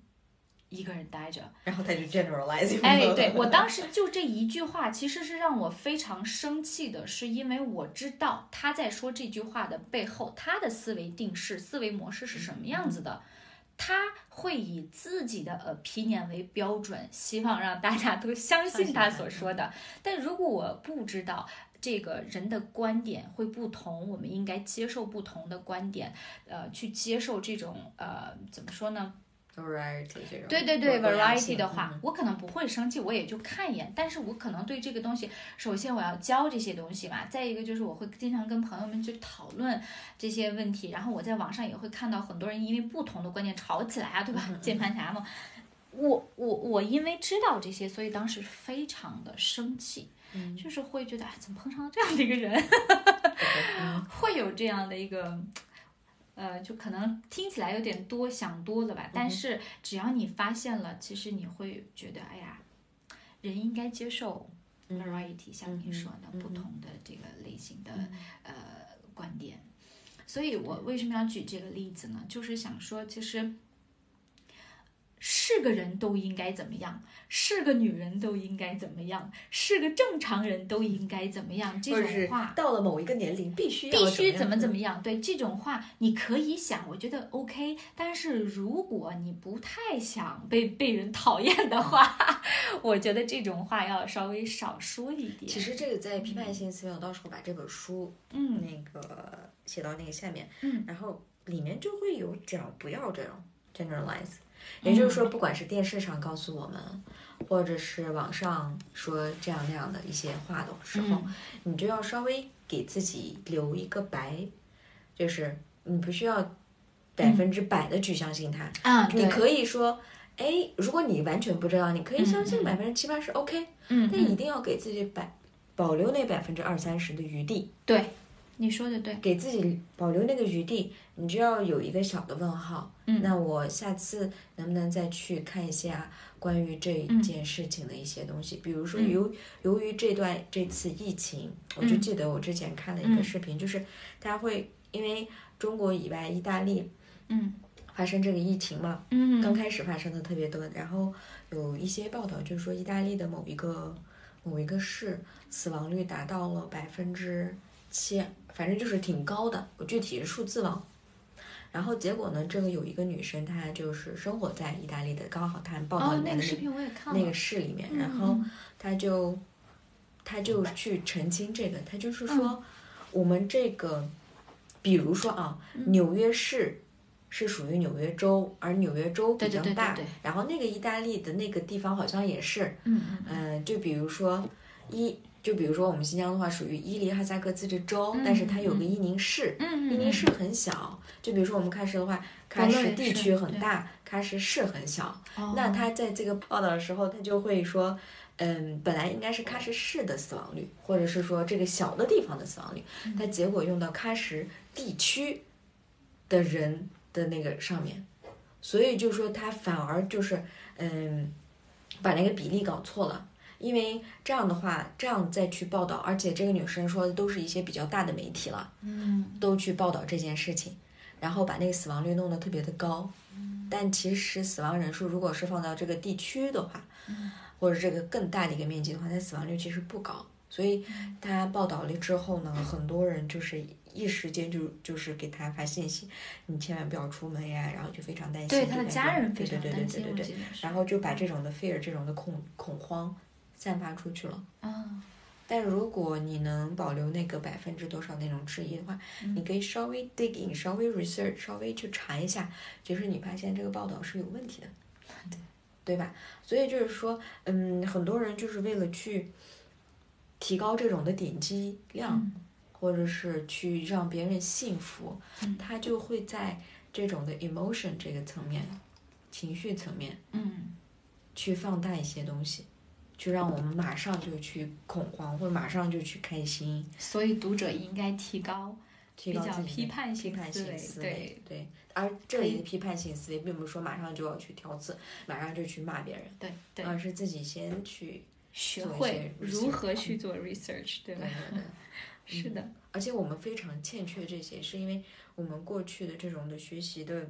S1: 一个人待着。
S2: 然后他就 generalize。
S1: 哎，对我当时就这一句话，其实是让我非常生气的，是因为我知道他在说这句话的背后，他的思维定式、思维模式是什么样子的。嗯他会以自己的 opinion 为标准，希望让大家都相信他嗯所说的。但如果我不知道这个人的观点会不同，我们应该接受不同的观点，呃，去接受这种呃，怎么说呢？
S2: variety 这种
S1: 对对对
S2: 多多样性
S1: ，variety
S2: 嗯
S1: 的话，我可能不会生气，我也就看一眼。但是我可能对这个东西，首先我要教这些东西嘛，再一个就是我会经常跟朋友们去讨论这些问题，然后我在网上也会看到很多人因为不同的观点吵起来啊，对吧？
S2: 嗯
S1: 键盘侠嘛，我我我因为知道这些，所以当时非常的生气，
S2: 嗯
S1: 就是会觉得哎，怎么碰上了这样的一个人？嗯 会有这样的一个，呃，就可能听起来有点多想多了
S2: 嗯
S1: 吧，但是只要你发现了，其实你会觉得，哎呀，人应该接受
S2: 嗯
S1: variety，、像你说的、不同的这个类型的、
S2: 嗯
S1: 呃观点。所以我为什么要举这个例子呢？就是想说，其实。是个人都应该怎么样？是个女人都应该怎么样？是个正常人都应该怎么样？这
S2: 或者是
S1: 种话，
S2: 到了某一个年龄必须要
S1: 必须怎么
S2: 样
S1: 怎么样。对这种话，你可以想，我觉得 OK。但是如果你不太想被被人讨厌的话， 我觉得这种话要稍微少说一点。
S2: 其实这个在批判性思维，我到时候把这本书
S1: 嗯，
S2: 那个写到那个下面，
S1: 嗯，
S2: 然后里面就会有讲不要这种 generalize，
S1: 嗯
S2: 也就是说，不管是电视上告诉我们，或者是网上说这样那样的一些话的时候，
S1: 嗯
S2: 你就要稍微给自己留一个白，就是你不需要百分之百的去相信他，
S1: 啊，
S2: 你
S1: 对，
S2: 可以说。哎，如果你完全不知道，你可以相信
S1: 嗯嗯
S2: 百分之七八十，OK，
S1: 嗯，
S2: 但一
S1: 嗯
S2: 定要给自己百保留那百分之二三十的余地，
S1: 对，你说的对，
S2: 给自己保留那个余地，你就要有一个小的问号。
S1: 嗯
S2: 那我下次能不能再去看一下关于这件事情的一些东西？比如说
S1: 嗯
S2: 由，由于这段这次疫情，我就
S1: 嗯
S2: 记得我之前看了一个
S1: 嗯
S2: 视频，就是大家会因为中国以外意大利
S1: 嗯
S2: 发生这个疫情嘛，
S1: 嗯，
S2: 刚开始发生的特别多，然后有一些报道就是说，意大利的某一个某一个市死亡率达到了百分之七，反正就是挺高的，我具体是数字了。然后结果呢，这个有一个女生，她就是生活在意大利的，刚好她报道
S1: 哦
S2: 里，
S1: 那个
S2: 面
S1: 嗯
S2: 的
S1: 视频我也看了，
S2: 那个市里面，然后她就她就去澄清这个，她就是
S1: 嗯
S2: 说，我们这个，比如说啊，
S1: 嗯
S2: 纽约市是属于纽约州，而纽约州
S1: 嗯
S2: 比
S1: 对对
S2: 较
S1: 对对
S2: 大
S1: 对，
S2: 然后那个意大利的那个地方好像也是，
S1: 嗯嗯
S2: 嗯，就比如说伊，就比如说我们新疆的话，属于伊犁哈萨克自治州，但是它有个伊宁市。
S1: 嗯，
S2: 伊
S1: 嗯
S2: 宁
S1: 嗯
S2: 市很小，就比如说我们喀什的话，
S1: 伯
S2: 喀
S1: 乐
S2: 什
S1: 也
S2: 地
S1: 是
S2: 区很
S1: 对
S2: 大，喀什市很小，
S1: 哦
S2: 那他在这个报道的时候，他就会说，嗯，本来应该是喀什市的死亡率，或者是说这个小的地方的死亡率，但结果用到喀什地区的人的那个上面，所以就说他反而就是，嗯，把那个比例搞错了。因为这样的话，这样再去报道，而且这个女生说的都是一些比较大的媒体了，
S1: 嗯
S2: 都去报道这件事情，然后把那个死亡率弄得特别的高。
S1: 嗯
S2: 但其实死亡人数如果是放到这个地区的话，
S1: 嗯
S2: 或者这个更大的一个面积的话，它死亡率其实不高。所以
S1: 嗯
S2: 他报道了之后呢，很多人就是一时间就就是给他发信息，你千万不要出门呀，然后就非常担心
S1: 对
S2: 对
S1: 他的
S2: 吧
S1: 家人非
S2: 对对
S1: 常
S2: 对对
S1: 担
S2: 对
S1: 心，
S2: 对
S1: 我
S2: 对
S1: 记得是
S2: 然后就把这种的 fear 这种的恐恐慌散发出去了。
S1: 啊，
S2: 但如果你能保留那个百分之多少那种质疑的话，你可以稍微 dig in，稍微 research，稍微去查一下，就是你发现这个报道是有问题的，对对吧？所以就是说，嗯，很多人就是为了去提高这种的点击量，或者是去让别人信服，
S1: 嗯
S2: 他就会在这种的 emotion 这个层面、情绪层面
S1: 嗯
S2: 去放大一些东西，去让我们马上就去恐慌，或者马上就去开心，
S1: 嗯，所以读者应该提高
S2: 提
S1: 比
S2: 高
S1: 较
S2: 自己
S1: 批
S2: 的
S1: 判
S2: 批
S1: 性
S2: 判
S1: 思
S2: 性
S1: 维，
S2: 思
S1: 对
S2: 维，对。而这里的批判性思维，并不是说马上就要去挑刺，马上就去骂别人，
S1: 对对，
S2: 而是自己先去
S1: 学
S2: 呃做一
S1: 会
S2: 些
S1: 如
S2: research
S1: 何去做 research，对
S2: 对嗯
S1: 吧？
S2: 对对。
S1: 是的，
S2: 而且我们非常欠缺这些，是因为我们过去的这种的学习的，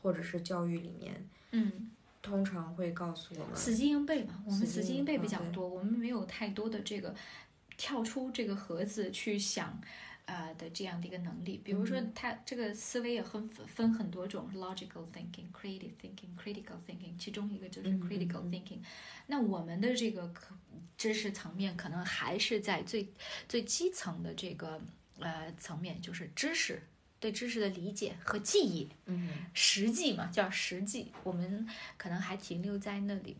S2: 或者是教育里面，
S1: 嗯，
S2: 通常会告诉我们，
S1: 死记硬背嘛，我们死
S2: 死记
S1: 记
S2: 硬
S1: 硬背
S2: 背
S1: 比较
S2: 对
S1: 多，我们没有太多的这个跳出这个盒子去想。呃的这样的一个能力，比如说
S2: 嗯
S1: 他这个思维也很分很多种，logical thinking、creative thinking、critical thinking，其中一个就是
S2: 嗯嗯
S1: critical thinking。那我们的这个可知识层面可能还是在最最基层的这个呃层面，就是知识对知识的理解和记忆。
S2: 嗯，
S1: 实际嘛，叫实际，我们可能还停留在那里。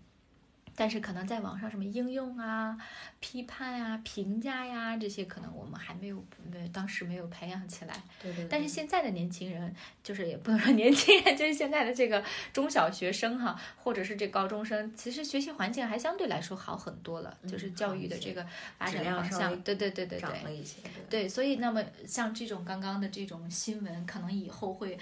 S1: 但是可能在网上什么应用啊、批判啊、评价呀、这些，可能我们还没有没有当时没有培养起来。
S2: 对对对。
S1: 但是现在的年轻人，就是也不能说年轻人， 就是现在的这个中小学生哈，或者是这高中生，其实学习环境还相对来说好很多
S2: 嗯
S1: 了，就是教育的这个发
S2: 质
S1: 展
S2: 量
S1: 方
S2: 稍微
S1: 向，对对对对对，
S2: 长了一些，对
S1: 对，所以那么像这种刚刚的这种新闻，可能以后会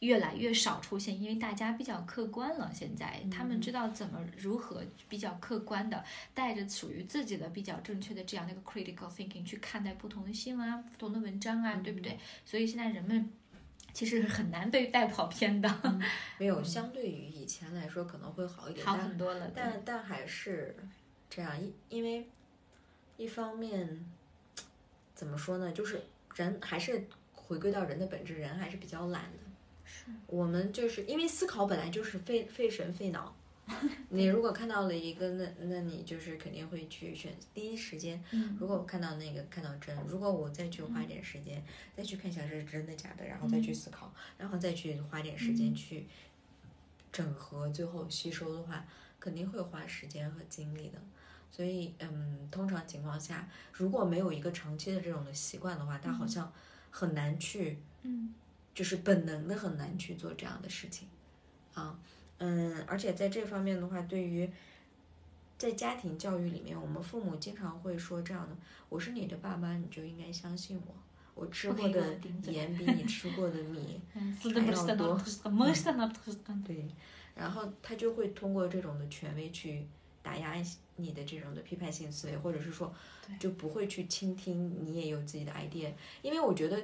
S1: 越来越少出现，因为大家比较客观了。现在
S2: 嗯
S1: 他们知道怎么如何比较客观的，带着属于自己的比较正确的这样的一个 critical thinking 去看待不同的新闻啊、不同的文章啊，对不
S2: 嗯
S1: 对？所以现在人们其实很难被带跑偏的，
S2: 嗯 没有，相对于以前来说可能会好一
S1: 嗯
S2: 点，
S1: 好
S2: 但
S1: 很多了。对
S2: 但但还是这样，因因为一方面怎么说呢，就是人还是回归到人的本质，人还是比较懒的。
S1: 是
S2: 我们就是因为思考本来就是费费神费脑。你如果看到了一个，那那你就是肯定会去选第一时间。
S1: 嗯
S2: 如果我看到那个看到真，如果我再去花点时间，再去看一下是真的假的，然后再去思考，然后再去花点时间去整合，最后吸收的话，肯定会花时间和精力的。所以，嗯，通常情况下，如果没有一个长期的这种的习惯的话，他好像很难去，
S1: 嗯，
S2: 就是本能的很难去做这样的事情，啊，嗯，而且在这方面的话，对于在家庭教育里面，我们父母经常会说这样的：我是你的爸妈，你就应该相信我。我吃
S1: 不可
S2: 过
S1: 以给我
S2: 的
S1: 顶嘴嗯
S2: 盐比 你吃过的米还要多嗯对，然后他就会通过这种的权威去打压你的这种的批判性思维，或者是说
S1: 对
S2: 就不会去倾听你也有自己的 idea，因为我觉得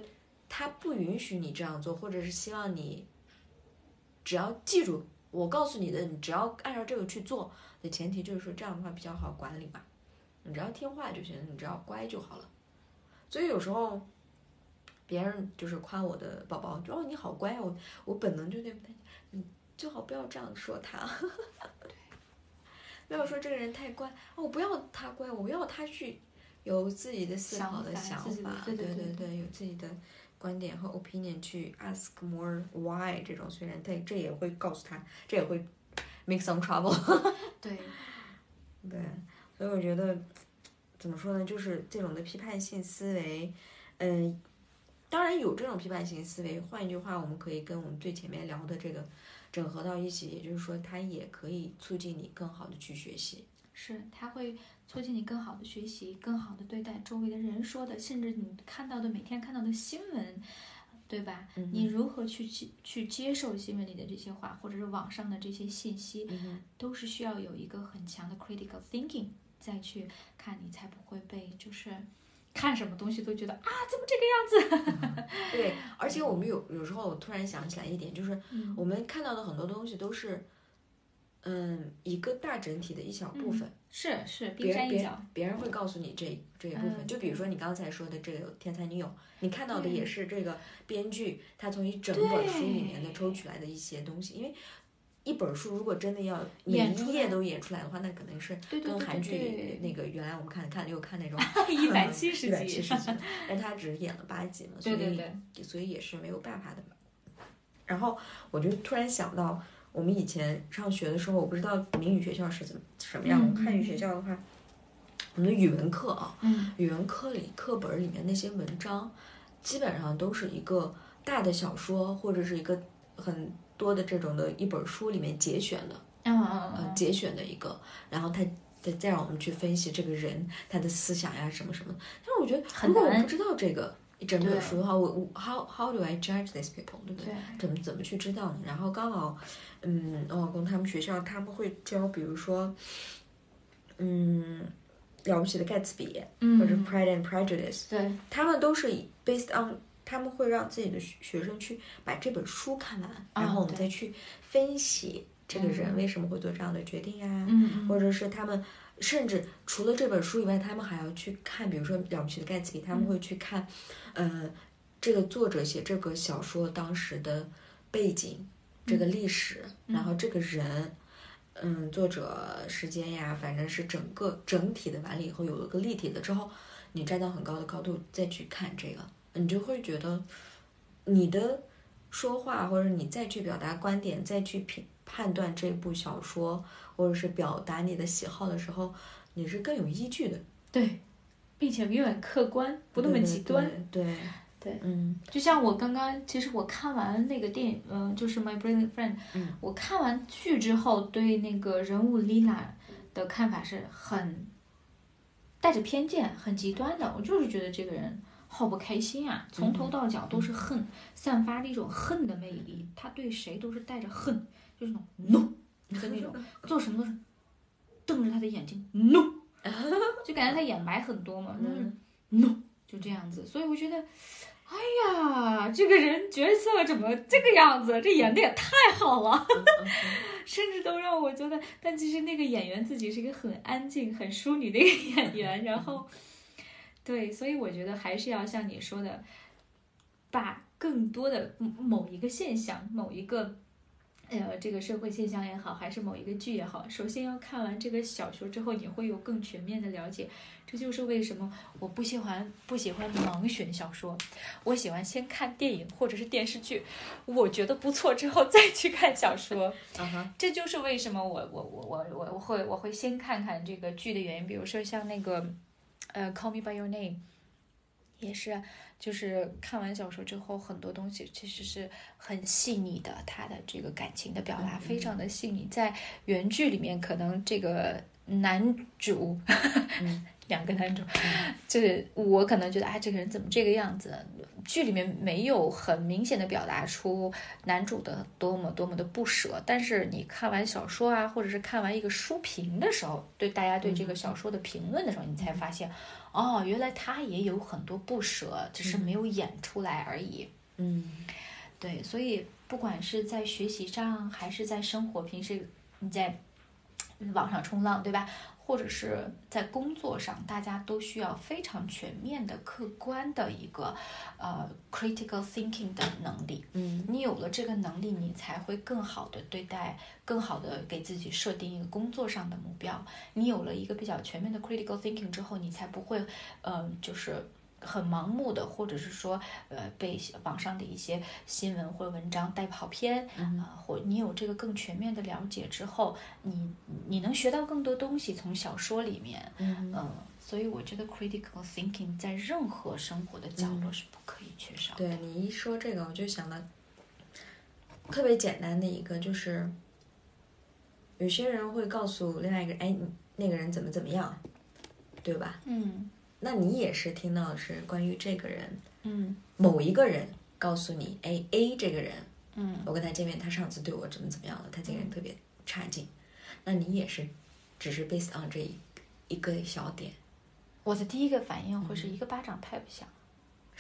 S2: 他不允许你这样做，或者是希望你只要记住我告诉你的，你只要按照这个去做的前提就是说这样的话比较好管理嘛，你只要听话就行，你只要乖就好了。所以有时候别人就是夸我的宝宝，就哦你好乖啊，我我本能就对不对？最好不要这样说他。 没有说这个人太乖，哦，我不要他乖，我要他去有自己的思考的
S1: 想
S2: 想
S1: 法自己的
S2: 法，
S1: 对对
S2: 对
S1: 对对
S2: 有自己的观点和 opinion 去 ask more why 这种，虽然他这也会告诉他，这也会 make some trouble，
S1: 对，
S2: 对，所以我觉得怎么说呢，就是这种的批判性思维，嗯、当然有这种批判性思维。换一句话，我们可以跟我们最前面聊的这个整合到一起，也就是说，它也可以促进你更好的去学习。
S1: 是它会促进你更好的学习，更好的对待周围的人说的，甚至你看到的每天看到的新闻，对吧？
S2: 嗯
S1: 你如何去接去接受新闻里的这些话，或者是网上的这些信息，
S2: 嗯
S1: 都是需要有一个很强的 critical thinking 再去看，你才不会被就是看什么东西都觉得啊，怎么这个样
S2: 对，而且我们有有时候我突然想起来一点，就是
S1: 嗯
S2: 我们看到的很多东西都是，嗯，一个大整体的一小部分。
S1: 是是冰
S2: 别人
S1: 山一
S2: 别
S1: 角，
S2: 别人会告诉你这这一部分，
S1: 嗯
S2: 就比如说你刚才说的这个《天才女友》，你看到的
S1: 对
S2: 也是这个编剧他从一整本书里面的
S1: 对
S2: 抽取来的一些东西，因为一本书如果真的要
S1: 演
S2: 每
S1: 出
S2: 一
S1: 来
S2: 页都演出来的话，那可能是
S1: 对对
S2: 跟
S1: 对
S2: 韩剧
S1: 对
S2: 里
S1: 对
S2: 那个原来我们看看六看那种
S1: 一百七十
S2: 一百七
S1: 集，
S2: 十 集，但他只演了八集嘛，所
S1: 对
S2: 以
S1: 对对，
S2: 所以也是没有办法的嘛。然后我就突然想到，我们以前上学的时候，我不知道民语学校是怎么什么样，
S1: 嗯
S2: 我们汉语学校的话，我们的语文课啊，
S1: 嗯，
S2: 语文课里课本里面那些文章，基本上都是一个大的小说或者是一个很多的这种的一本书里面节选的，
S1: 嗯嗯
S2: 呃
S1: 嗯，
S2: 节选的一个，然后他再再让我们去分析这个人他的思想呀什么什么的。但是我觉得，
S1: 很
S2: 如果我
S1: 难
S2: 不知道这个一整本
S1: 对
S2: 书的话，我我 how how do I judge these people，对不对？
S1: 对，
S2: 怎么怎么去知道呢？然后刚好，嗯，我老公他们学校他们会教，比如说，嗯，了不起的盖茨比，
S1: 嗯
S2: 或者 Pride and Prejudice，
S1: 对，嗯
S2: 他们都是 based on，他们会让自己的学学生去把这本书看完，然后我们
S1: 哦对
S2: 再去分析这个人
S1: 嗯
S2: 为什么会做这样的决定呀、
S1: 嗯
S2: 或者是他们甚至除了这本书以外，他们还要去看，比如说《了不起的盖茨比》，他们
S1: 嗯
S2: 会去看，呃，这个作者写这个小说当时的背景、这个历史，
S1: 嗯
S2: 然后这个人。嗯，作者时间呀，反正是整个整体的完了以后，有了个立体的之后，你站到很高的高度再去看这个，你就会觉得你的说话或者你再去表达观点，再去评判断这部小说或者是表达你的喜好的时候，你是更有依据的，
S1: 对，并且永远客观，不那么极端。
S2: 对。对
S1: 对
S2: 嗯，
S1: 就像我刚刚，其实我看完那个电影，嗯、就是《My Brilliant Friend》，
S2: 嗯
S1: 我看完剧之后，对那个人物 Lina 的看法是很带着偏见、很极端的。我就是觉得这个人好不开心啊，从
S2: 嗯
S1: 头到脚都是恨，散发着一种恨的魅力。他对谁都是带着恨，就是那种 no 的那种，做什么都是瞪着他的眼睛 no，就感觉他眼白很多嘛，就是
S2: 嗯
S1: no，就这样子。所以我觉得，哎呀，这个人角色怎么这个样子？这演的也太好了，甚至都让我觉得。但其实那个演员自己是一个很安静、很淑女的一个演员，然后，对，所以我觉得还是要像你说的，把更多的某某一个现象、某一个呃，这个社会现象也好，还是某一个剧也好，首先要看完这个小说之后，你会有更全面的了解。这就是为什么我不喜欢不喜欢盲选小说，我喜欢先看电影或者是电视剧，我觉得不错之后再去看小说。
S2: 嗯哼，
S1: 这就是为什么我我我我我我会我会先看看这个剧的原因。比如说像那个，呃，《Call Me by Your Name》，也是啊，就是看完小说之后，很多东西其实是很细腻的，他的这个感情的表达非常的细腻。在原剧里面，可能这个男主， 两个男主，就是我可能觉得，哎，这个人怎么这个样子？剧里面没有很明显的表达出男主的多么多么的不舍，但是你看完小说啊，或者是看完一个书评的时候，对大家对这个小说的评论的时候，你才发现，哦，原来他也有很多不舍，只是没有演出来而已。
S2: 嗯，
S1: 对，所以不管是在学习上，还是在生活，平时你在嗯网上冲浪，对吧？或者是在工作上，大家都需要非常全面的、客观的一个呃 critical thinking 的能力。
S2: 嗯，
S1: 你有了这个能力，你才会更好的对待，更好的给自己设定一个工作上的目标。你有了一个比较全面的 critical thinking 之后，你才不会，呃，就是很盲目的，或者是说，呃，被网上的一些新闻或者文章带跑偏啊、呃或你有这个更全面的了解之后，你你能学到更多东西，从小说里面，嗯、所以我觉得 critical thinking 在任何生活的角嗯落是不可以缺少的。
S2: 对你一说这个，我就想到特别简单的一个，就是有些人会告诉另外一个人，哎，你那个人怎么怎么样，对吧？
S1: 嗯
S2: 那你也是听到的是关于这个人
S1: 嗯
S2: 某一个人告诉你，哎，A 这个人，
S1: 嗯
S2: 我跟他见面，他上次对我怎么怎么样了，他这个人特别差劲。那你也是，只是 based on 这一一个小点，
S1: 我的第一个反应会是一个巴掌拍不响。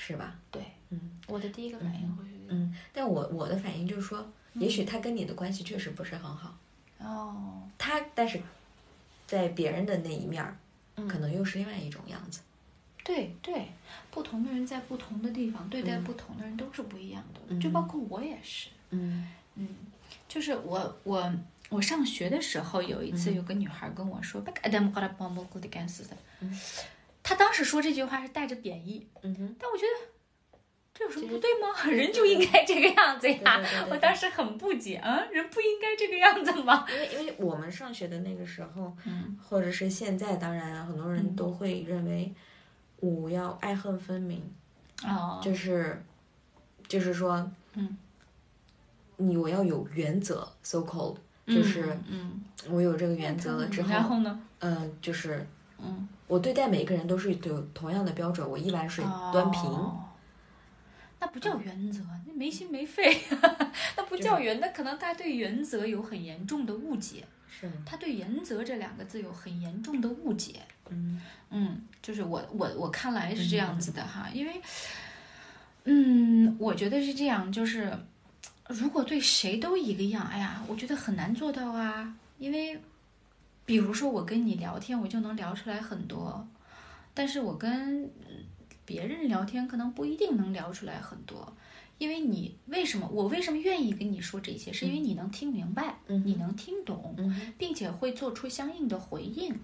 S2: 是吧？
S1: 对，
S2: 嗯
S1: 我的第一个反应会是这个。
S2: 嗯。但我我的反应就是说，
S1: 嗯
S2: 也许他跟你的关系确实不是很好，
S1: 哦，
S2: 他但是在别人的那一面儿，
S1: 嗯
S2: 可能又是另外一种样子。
S1: 对对，不同的人在不同的地方对待不同的人都是不一样的，就包括我也是。
S2: 嗯
S1: 嗯，就是我我我上学的时候，有一次有个女孩跟我说，
S2: 嗯
S1: 她当时说这句话是带着贬义，
S2: 嗯哼，
S1: 但我觉得这有什么不对吗？ 人就应该这个样子呀
S2: 对对对对！对
S1: 我当时很不解，嗯，人不应该这个样子吗？
S2: 因为因为我们上学的那个时候，
S1: 嗯
S2: 或者是现在，当然啊很多人都会认为我要爱恨分明，
S1: 哦，
S2: 就是就是说，
S1: 嗯，
S2: 你我要有原则，so called，就是
S1: 嗯，
S2: 我有这个原则了之
S1: 然
S2: 后，
S1: 后呢？
S2: 呃，就是
S1: 嗯，
S2: 我对待每个人都是有同样的标准，我一碗水端平。嗯
S1: 哦那不叫原则，那没心没肺， 那不叫原。那可能他对原则有很严重的误解，
S2: 是吗？
S1: 他对“原则”这两个字有很严重的误解。
S2: 嗯
S1: 嗯，就是我我我看来是这样子的哈，因为，嗯，我觉得是这样，就是如果对谁都一个样，哎呀，我觉得很难做到啊，因为，比如说我跟你聊天，我就能聊出来很多，但是我跟嗯别人聊天可能不一定能聊出来很多。因为你为什么我为什么愿意跟你说这些，是因为你能听明白，
S2: 嗯
S1: 你能听懂，
S2: 嗯哼
S1: 并且会做出相应的回应，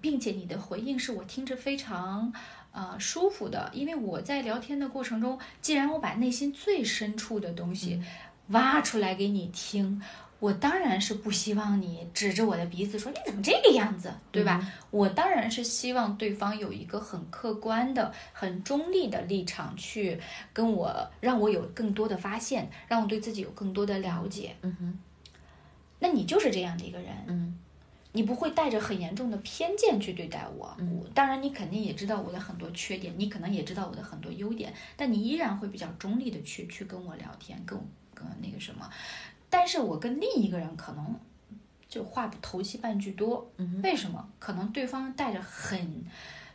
S1: 并且你的回应是我听着非常呃舒服的，因为我在聊天的过程中，既然我把内心最深处的东西
S2: 嗯
S1: 挖出来给你听。我当然是不希望你指着我的鼻子说你怎么这个样子，对吧？
S2: 嗯
S1: 我当然是希望对方有一个很客观的、很中立的立场去跟我，让我有更多的发现，让我对自己有更多的了解。
S2: 嗯哼
S1: 那你就是这样的一个人，
S2: 嗯
S1: 你不会带着很严重的偏见去对待我。
S2: 嗯
S1: 我当然，你肯定也知道我的很多缺点，你可能也知道我的很多优点，但你依然会比较中立的去去跟我聊天，跟我跟那个什么。但是我跟另一个人可能就话不投机半句多，
S2: 嗯哼
S1: 为什么？可能对方带着很。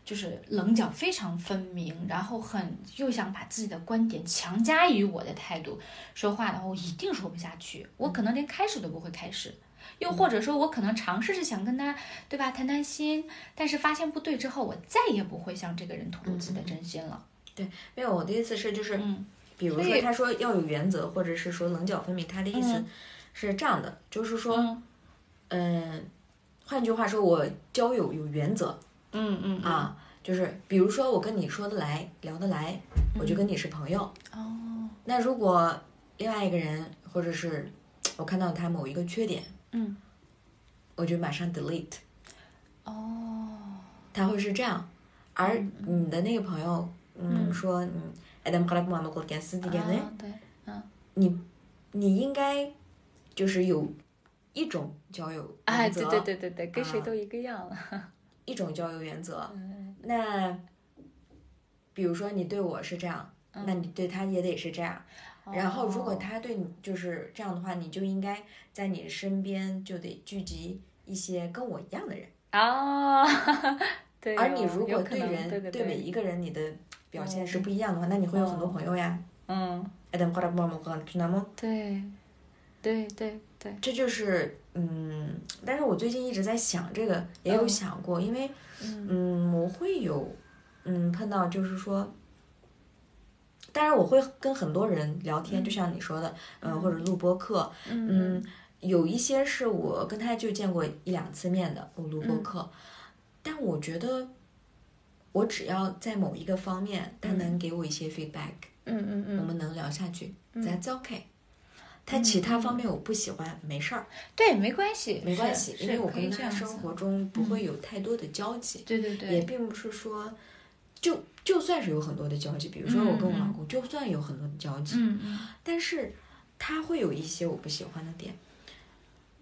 S1: 就是棱角非常分明，然后很又想把自己的观点强加于我的态度说话的话，我一定说不下去，我可能连开始都不会开始，又或者说我可能尝试着想跟他，对吧，谈谈心，但是发现不对之后，我再也不会向这个人吐露自己的真心了。
S2: 对，没嗯有，我的意思是就是，
S1: 嗯
S2: 比如
S1: 所以
S2: 说他说要有原则，或者是说棱角分明，他的意思是这样的，就是说，
S1: 嗯
S2: 嗯、换句话说，我交友有原则
S1: 嗯嗯，
S2: 啊，就是比如说我跟你说得来，聊得来，我
S1: 嗯
S2: 就跟你是朋友。
S1: 哦，
S2: 那如果另外一个人或者是我看到他某一个缺点，
S1: 嗯，
S2: 我就马上 delete，
S1: 哦，
S2: 他会是这样。而
S1: 嗯
S2: 你的那个朋友，嗯，
S1: 嗯
S2: 说嗯，哎，咱们后来不忙了，我点私地点呢，
S1: 啊对，嗯，
S2: 哎你应该就是有一种交友
S1: 哎，
S2: 原
S1: 对
S2: 则，
S1: 对对对对，跟谁
S2: 啊
S1: 都一个样了。
S2: 一种交友原则。
S1: 嗯
S2: 那比如说你对我是这样，那你对他也得是这样。然后如果
S1: 嗯哦
S2: 他对你就是这样的话，你就应该在你身边就得聚集一些跟我一样的人。
S1: 啊， 对哦，
S2: 而你如果
S1: 有可
S2: 对
S1: 能
S2: 人
S1: 对对
S2: 每一个人你的表现是不一样的话，那你会有很多朋友呀。
S1: 嗯，
S2: 哎，等过来帮忙看，去南蒙，
S1: 对，对对对，
S2: 这就是嗯，但是我最近一直在想这个，也有
S1: 嗯
S2: 想过，因为
S1: 嗯
S2: 嗯，我会有嗯碰到就是说，当然我会跟很多人聊天，就像你说的，嗯、或者录播课，
S1: 嗯
S2: 嗯，有一些是我跟他就见过一两次面的，我录播
S1: 嗯
S2: 课，但我觉得我只要在某一个方面，他能给我一些 feedback，、
S1: 嗯嗯
S2: 我
S1: 嗯，
S2: 们能聊下去、t h a t s okay。他其他方面我不喜欢，没事儿，
S1: 对，没关系，
S2: 没关
S1: 是
S2: 系，
S1: 是
S2: 因为我
S1: 可以
S2: 跟
S1: 这
S2: 他
S1: 样
S2: 生
S1: 子嗯
S2: 活中不会有太多的交集，
S1: 对对
S2: 也
S1: 对，
S2: 并不是说，就就算是有很多的交集，比如说我跟我
S1: 嗯嗯
S2: 老公，就算有很多的交集，
S1: 嗯嗯
S2: 但是他会有一些我不喜欢的点。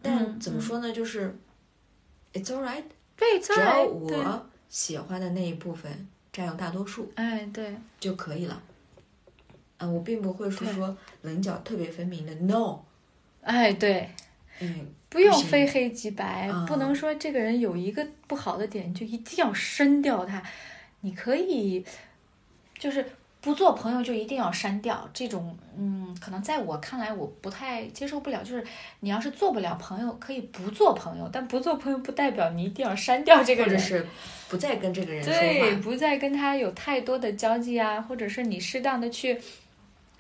S2: 但
S1: 嗯
S2: 怎么
S1: 嗯
S2: 说呢，就是 it's alright，
S1: 对，
S2: 只要
S1: 对
S2: 我喜欢的那一部分占有大多数
S1: 哎对，
S2: 就可以了。嗯，我并不会说
S1: 对
S2: 说棱角特别分明的 no，
S1: 哎对，
S2: 嗯，
S1: 不用
S2: 不行
S1: 非黑即白，
S2: 啊
S1: 不能说这个人有一个不好的点就一定要删掉他，你可以就是不做朋友就一定要删掉这种，嗯，可能在我看来我不太接受不了，就是你要是做不了朋友，可以不做朋友，但不做朋友不代表你一定要删掉这个
S2: 或者
S1: 人。
S2: 是不再跟这个人说
S1: 对，
S2: 话，
S1: 不再跟他有太多的交际啊，或者是你适当的去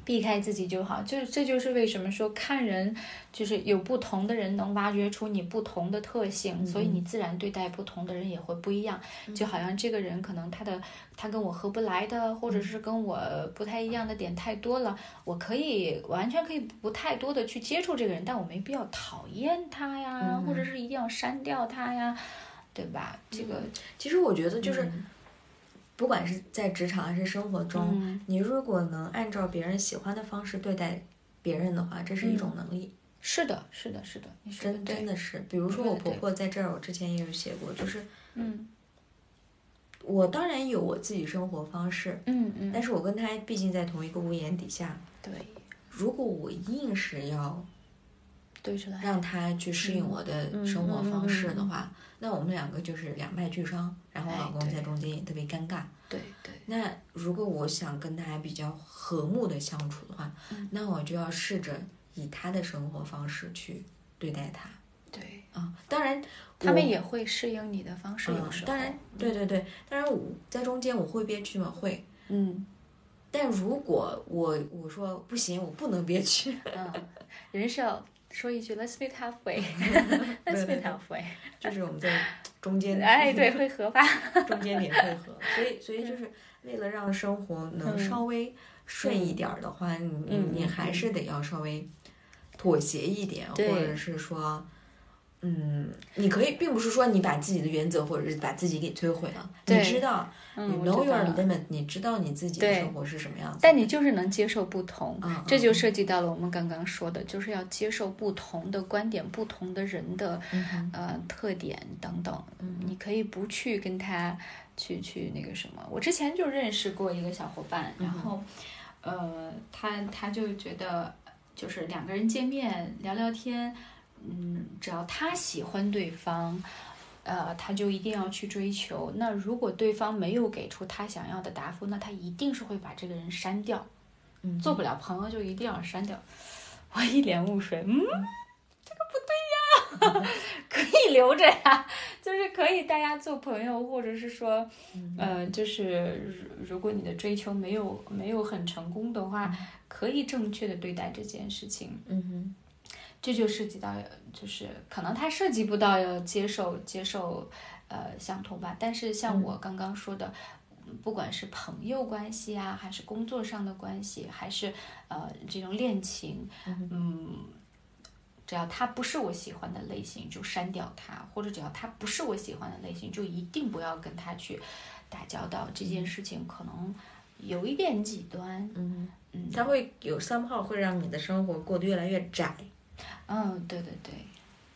S1: 避开自己就好。就是这就是为什么说看人，就是有不同的人能挖掘出你不同的特性，
S2: 嗯
S1: 所以你自然对待不同的人也会不一样。就好像这个人可能他的他跟我合不来的，或者是跟我不太一样的点太多了，我可以完全可以不太多的去接触这个人，但我没必要讨厌他呀，
S2: 嗯
S1: 或者是一定要删掉他呀。对吧？这个
S2: 其实我觉得
S1: 嗯
S2: 就是，不管是在职场还是生活中，
S1: 嗯
S2: 你如果能按照别人喜欢的方式对待别人的话，这是一种能力，
S1: 是的，是的，嗯是的，你说的
S2: 真真
S1: 对，
S2: 的是。比如说
S1: 对
S2: 我
S1: 对
S2: 婆
S1: 对
S2: 婆在这儿，我之前也有写过，就是
S1: 嗯
S2: 我当然有我自己生活方式，
S1: 嗯嗯，
S2: 但是我跟她毕竟在同一个屋檐底下，
S1: 对，
S2: 如果我硬是要
S1: 对出来，
S2: 让她去适
S1: 嗯
S2: 应我的生活方式的话，那我们两个就是两败俱伤，然后我
S1: 哎
S2: 老公
S1: 对
S2: 在中间也特别尴尬。
S1: 对对，
S2: 那如果我想跟他比较和睦的相处的话，
S1: 嗯
S2: 那我就要试着以他的生活方式去对待他
S1: 对，
S2: 啊。当然，
S1: 他
S2: 我
S1: 们也会适应你的方式，有
S2: 嗯
S1: 时候，
S2: 当然，对对对，当然我在中间我会憋屈吗？会。
S1: 嗯
S2: 但如果我我说不行，我不能憋屈，
S1: 嗯，人是要说一句 Let's meet halfway，Let's
S2: 对
S1: meet
S2: 对
S1: halfway，
S2: 就是我们在中间，
S1: 哎，对，会合吧，
S2: 中间点配合。 所以，所以就是为了让生活能
S1: 嗯
S2: 稍微顺一点儿的话，你
S1: 嗯
S2: 你
S1: 嗯
S2: 还是得要稍微妥协一点，或
S1: 对
S2: 者是说，嗯，你可以，并不是说你把自己的原则或者是把自己给摧毁了，你
S1: 对
S2: 知道，
S1: 嗯，
S2: 你
S1: 我
S2: know
S1: 知
S2: your
S1: 道了
S2: limit，你知道你自己的
S1: 对
S2: 生活是什么样子的，
S1: 但你就是能接受不同，
S2: 嗯，
S1: 这就
S2: 嗯
S1: 涉及到了我们刚刚说的，就是要接受不同的观点、不同的人的
S2: 嗯哼
S1: 呃特点等等，
S2: 嗯
S1: 你可以不去跟他去去那个什么。我之前就认识过一个小伙伴，
S2: 嗯
S1: 然后、呃，他他就觉得就是两个人见面聊聊天，嗯，只要他喜欢对方。呃，他就一定要去追求。那如果对方没有给出他想要的答复，那他一定是会把这个人删掉。
S2: 嗯
S1: 做不了朋友就一定要删掉。 我一脸雾水，嗯，这个不对呀， 可以留着呀，就是可以大家做朋友，或者是说，
S2: 嗯
S1: 呃，就是如如果你的追求没有没有很成功的话，可以正确的对待这件事情。
S2: 嗯嗯哼，
S1: 这就涉及到就是可能他涉及不到要接受接受呃相同吧，但是
S2: 嗯
S1: 像我刚刚说的。不管是朋友关系啊，还是工作上的关系，还是呃这种恋情，嗯，只要他不是我喜欢的类型，就删掉他；或者只要他不是我喜欢的类型，就一定不要跟他去打交道。这件事情可能有一点极端，
S2: 嗯，
S1: 嗯
S2: 它会有三号，会让你的生活过得越来越窄。
S1: 嗯，对对对，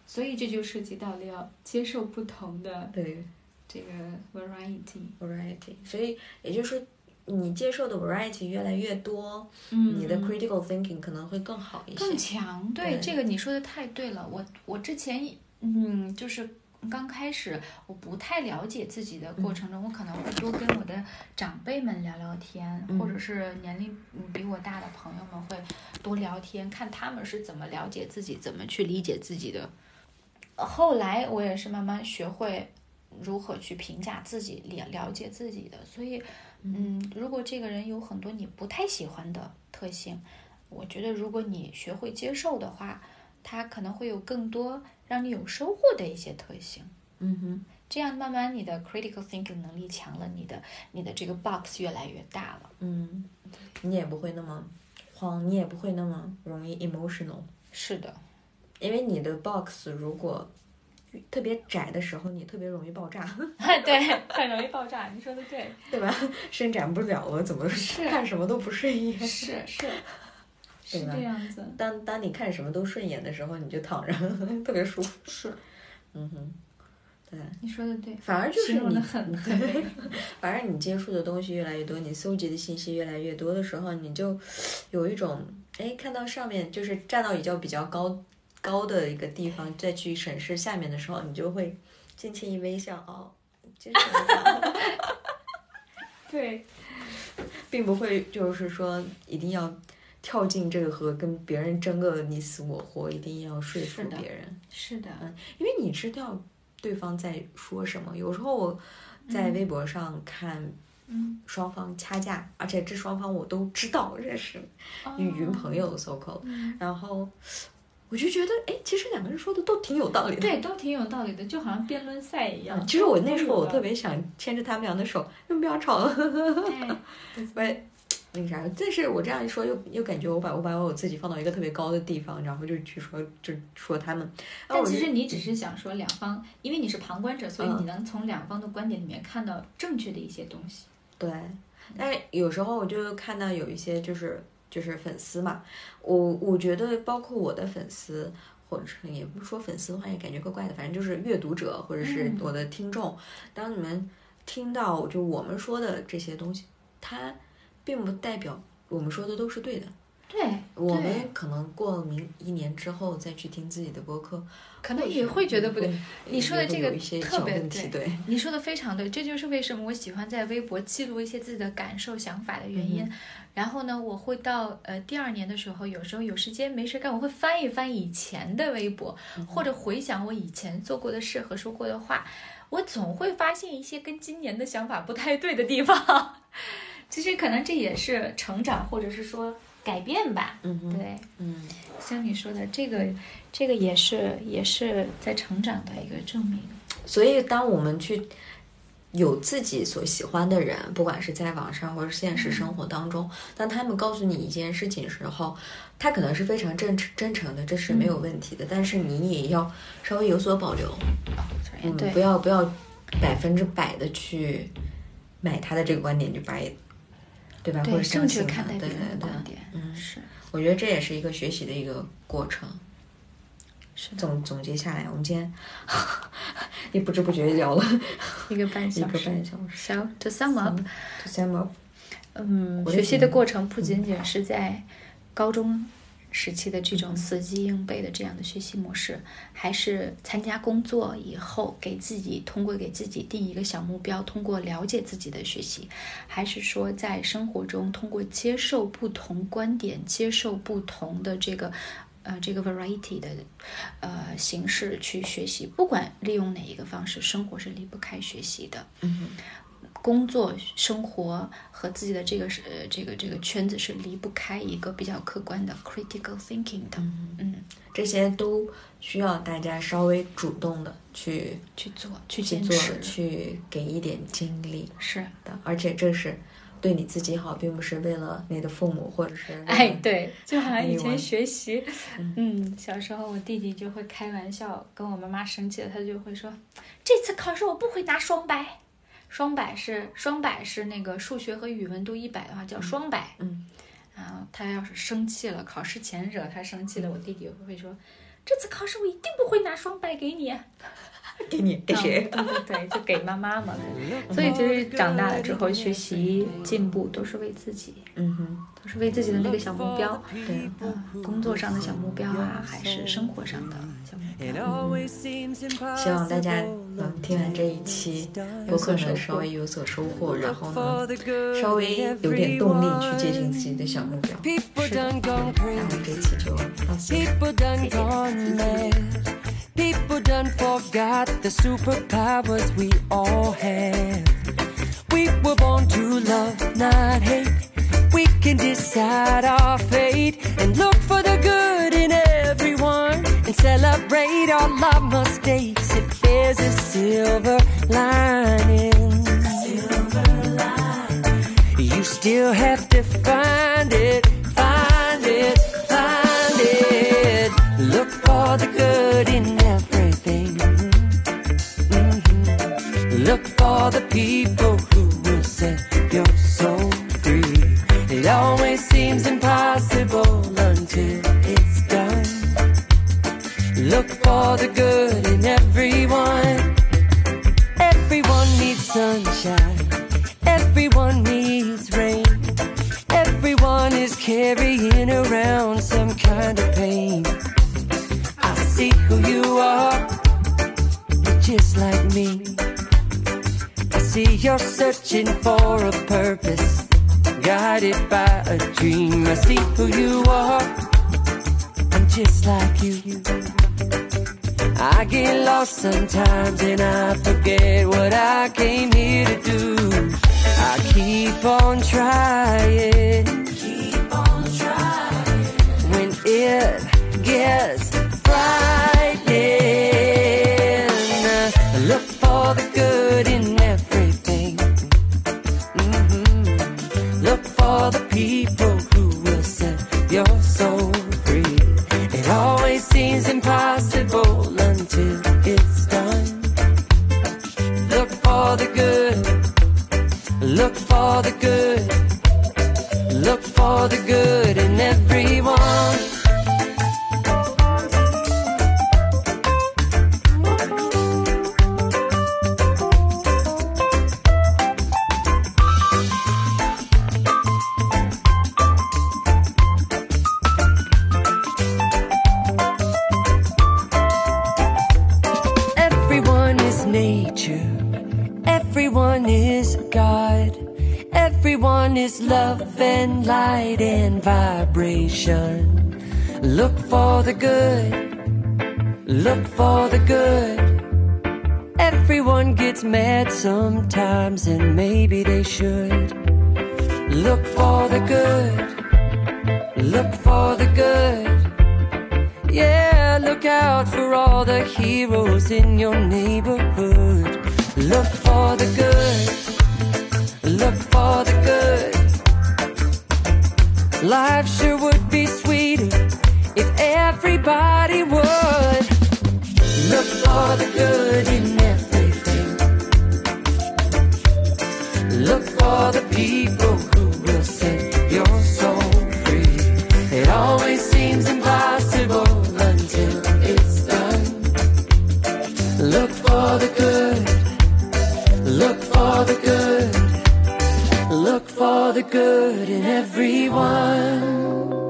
S1: 所以这就涉及到了要接受不同的
S2: 对
S1: 这个 variety，
S2: ，variety。所以也就是说，你接受的 variety 越来越多，
S1: 嗯
S2: 你的 critical thinking 可能会更好一些。
S1: 更强。对
S2: 对
S1: 这个你说的太对了，我我之前嗯，就是刚开始我不太了解自己的过程中，我可能会多跟我的长辈们聊聊天，
S2: 嗯
S1: 或者是年龄嗯比我大的朋友们会多聊天，看他们是怎么了解自己，怎么去理解自己的。呃后来我也是慢慢学会如何去评价自己、了了解自己的。所以，嗯，如果这个人有很多你不太喜欢的特性，我觉得如果你学会接受的话，他可能会有更多让你有收获的一些特性。
S2: 嗯哼，
S1: 这样慢慢你的 critical thinking 能力强了，你的你的这个 box 越来越大了。
S2: 嗯，你也不会那么慌，你也不会那么容易 emotional。
S1: 是 的，
S2: 因为你的 box 如果特别窄的时候，你特别容易爆炸，
S1: 对，很容易爆炸。你说的对，
S2: 对吧？伸展不了了，怎么
S1: 是
S2: 看什么都不顺眼？
S1: 是是是
S2: 对吧
S1: 这样子，
S2: 当当你看什么都顺眼的时候，你就躺着 特别舒服。
S1: 是
S2: 嗯哼，对，
S1: 你说的对，
S2: 反而就是
S1: 形容
S2: 你
S1: 的，很 对。
S2: 反而你接触的东西越来越多，你搜集的信息越来越多的时候，你就有一种哎，看到上面就是站到比较比较高高的一个地方，再去审视下面的时候，你就会轻轻一微笑，哦，真是很好。
S1: 对，
S2: 并不会就是说一定要跳进这个河跟别人争个你死我活，一定要说服
S1: 是的
S2: 别人，
S1: 是的，
S2: 因为你知道对方在说什么。有时候我在微博上看
S1: 嗯，
S2: 双方掐架，而且这双方我都知道认识，
S1: 哦
S2: 与云朋友 so called，、
S1: 嗯
S2: 然后我就觉得，哎，其实两个人说的都挺有道理的。
S1: 对，都挺有道理的，就好像辩论赛一样。
S2: 其实嗯我那时候我特
S1: 别
S2: 别想牵着他们俩的手，你们不要吵 了。 啊
S1: 对，
S2: 那个啥，但是我这样一说，又又感觉我把我把我自己放到一个特别高的地方，然后就去说就说他们，啊
S1: 但
S2: 我
S1: 其
S2: 就
S1: 实你只是想说两方，因为你是旁观者，所以
S2: 嗯
S1: 你能从两方的观点里面看到正确的一些东西。
S2: 对，但是有时候我就看到有一些就是就是粉丝嘛，我我觉得包括我的粉丝。或者是也不说粉丝的话，也感觉怪怪的。反正就是阅读者或者是
S1: 嗯
S2: 我的听众，当你们听到就我们说的这些东西，它并不代表我们说的都是对的。
S1: 对，
S2: 我
S1: 对
S2: 们可能过了明一年之后再去听自己的播客，
S1: 可能也会觉得不对。你说的这个
S2: 有一些
S1: 特
S2: 小
S1: 别
S2: 问题，对，
S1: 你说的非常对，这就是为什么我喜欢在微博记录一些自己的感受、想法的原
S2: 嗯
S1: 因。然后呢，我会到呃第二年的时候，有时候有时间没事干，我会翻一翻以前的微博，
S2: 嗯
S1: 或者回想我以前做过的事和说过的话，我总会发现一些跟今年的想法不太对的地方。 其实可能这也是成长，或者是说改变吧。
S2: 嗯哼，
S1: 对，
S2: 嗯，
S1: 像你说的，这个这个也是也是在成长的一个证明。
S2: 所以当我们去有自己所喜欢的人，不管是在网上或者现实生活当中，当他们告诉你一件事情的时候，他可能是非常真真诚的，这是没有问题的，但是你也要稍微有所保留，嗯，
S1: 哎对
S2: 不。要不要百分之百的去买他的这个观点就白，对吧？或
S1: 对，
S2: 者
S1: 正
S2: 相
S1: 确
S2: 信他
S1: 看待别
S2: 对
S1: 人的
S2: 对对
S1: 观点，
S2: 嗯
S1: 是
S2: 我觉得这也是一个学习的一个过程。
S1: 是的，
S2: 总总结下来，我们今天 也不知不觉聊了
S1: 一个半
S2: 一
S1: 小
S2: 个
S1: 时。
S2: 半小时。
S1: So to sum up，
S2: 就三毛，
S1: 嗯，
S2: 我也
S1: 学习
S2: 觉
S1: 的
S2: 得
S1: 过程不仅仅是在高中时期的这种死记硬背的这样的学习模式，还是参加工作以后给自己通过给自己定一个小目标，通过了解自己的学习，还是说在生活中通过接受不同观点、接受不同的这个。呃，这个 variety 的呃形式去学习，不管利用哪一个方式，生活是离不开学习的。工作、生活和自己的这个是呃这个这个圈子是离不开一个比较客观的 critical thinking 的，嗯，
S2: 这些都需要大家稍微主动的去
S1: 去做去
S2: 去
S1: 坚
S2: 做，
S1: 持，
S2: 去给一点精力
S1: 是，
S2: 的，而且这是对你自己好，并不是为了你的父母或者 是为了
S1: 哎，对，就好像以
S2: 哎我
S1: 前学习，嗯，小时候我弟弟就会开玩笑跟我妈妈生气了，他就会说，这次考试我不会拿双百。双百是双百是那个数学和语文都一百的话叫双百，
S2: 嗯，
S1: 然后他要是生气了，考试前惹他生气了，
S2: 嗯
S1: 我弟弟会说：“这次考试我一定不会拿双百给你。啊
S2: 给你”给谁？
S1: 对对嗯对，就给妈妈 嘛。所以就是长大了之
S2: 哦
S1: 后，学习进步都是为自己，
S2: 嗯哼，
S1: 都是为自己的那个小目标，
S2: 对，
S1: 嗯，工作上的小目标啊，还是生活上的小目标。
S2: 希望大家能听完这一期播客呢，稍微有所收获，然后呢，稍微有点动力去接近自己的小目标。
S3: People done gone
S2: 那我
S3: crazy.
S2: 们这期就到此为止。
S3: People done gone mad. People done forgot the superpowers we all have. We were born to love, not hate. We can decide our fate and look for the good in everyone and celebrate all our mistakes. If there's a silver lining, silver you still have to find it, find it, find it. Look for the good in everything. Mhm. Look for the people who will set your soul free. It always seems impossible until it's done. Look for the good in everyone. Everyone needs sunshine. Everyone needs rain. Everyone is carrying around some kind of pain. I see who you are. You're just like me. I see you're searching for a purpose, guided by a dream. I see who you are. I'm just like you. I get lost sometimes and I forget what I came here to do. I keep on trying. Keep on trying. When it gets frightening, look for the good in everything. hmm Look for the people who will set your soul free. It always seems impossible until it's done. Look for the good. Look for the good. Look for the good in everyone. Everyone is nature. Everyone is God. Everyone is love and light and vibration. Look for the good. Look for the good. Everyone gets mad sometimes and maybe they should. Look for the good. Look for the good. Yeah, look out for all the heroes in your neighborhood. Look for the good. Look for the good. Life sure would be sweeter if everybody would. Look for the good in everything. Look for the people who will set your soul free. It always seems impossible until it's done. Look for the good. Look for the good. Look for the good in everyone.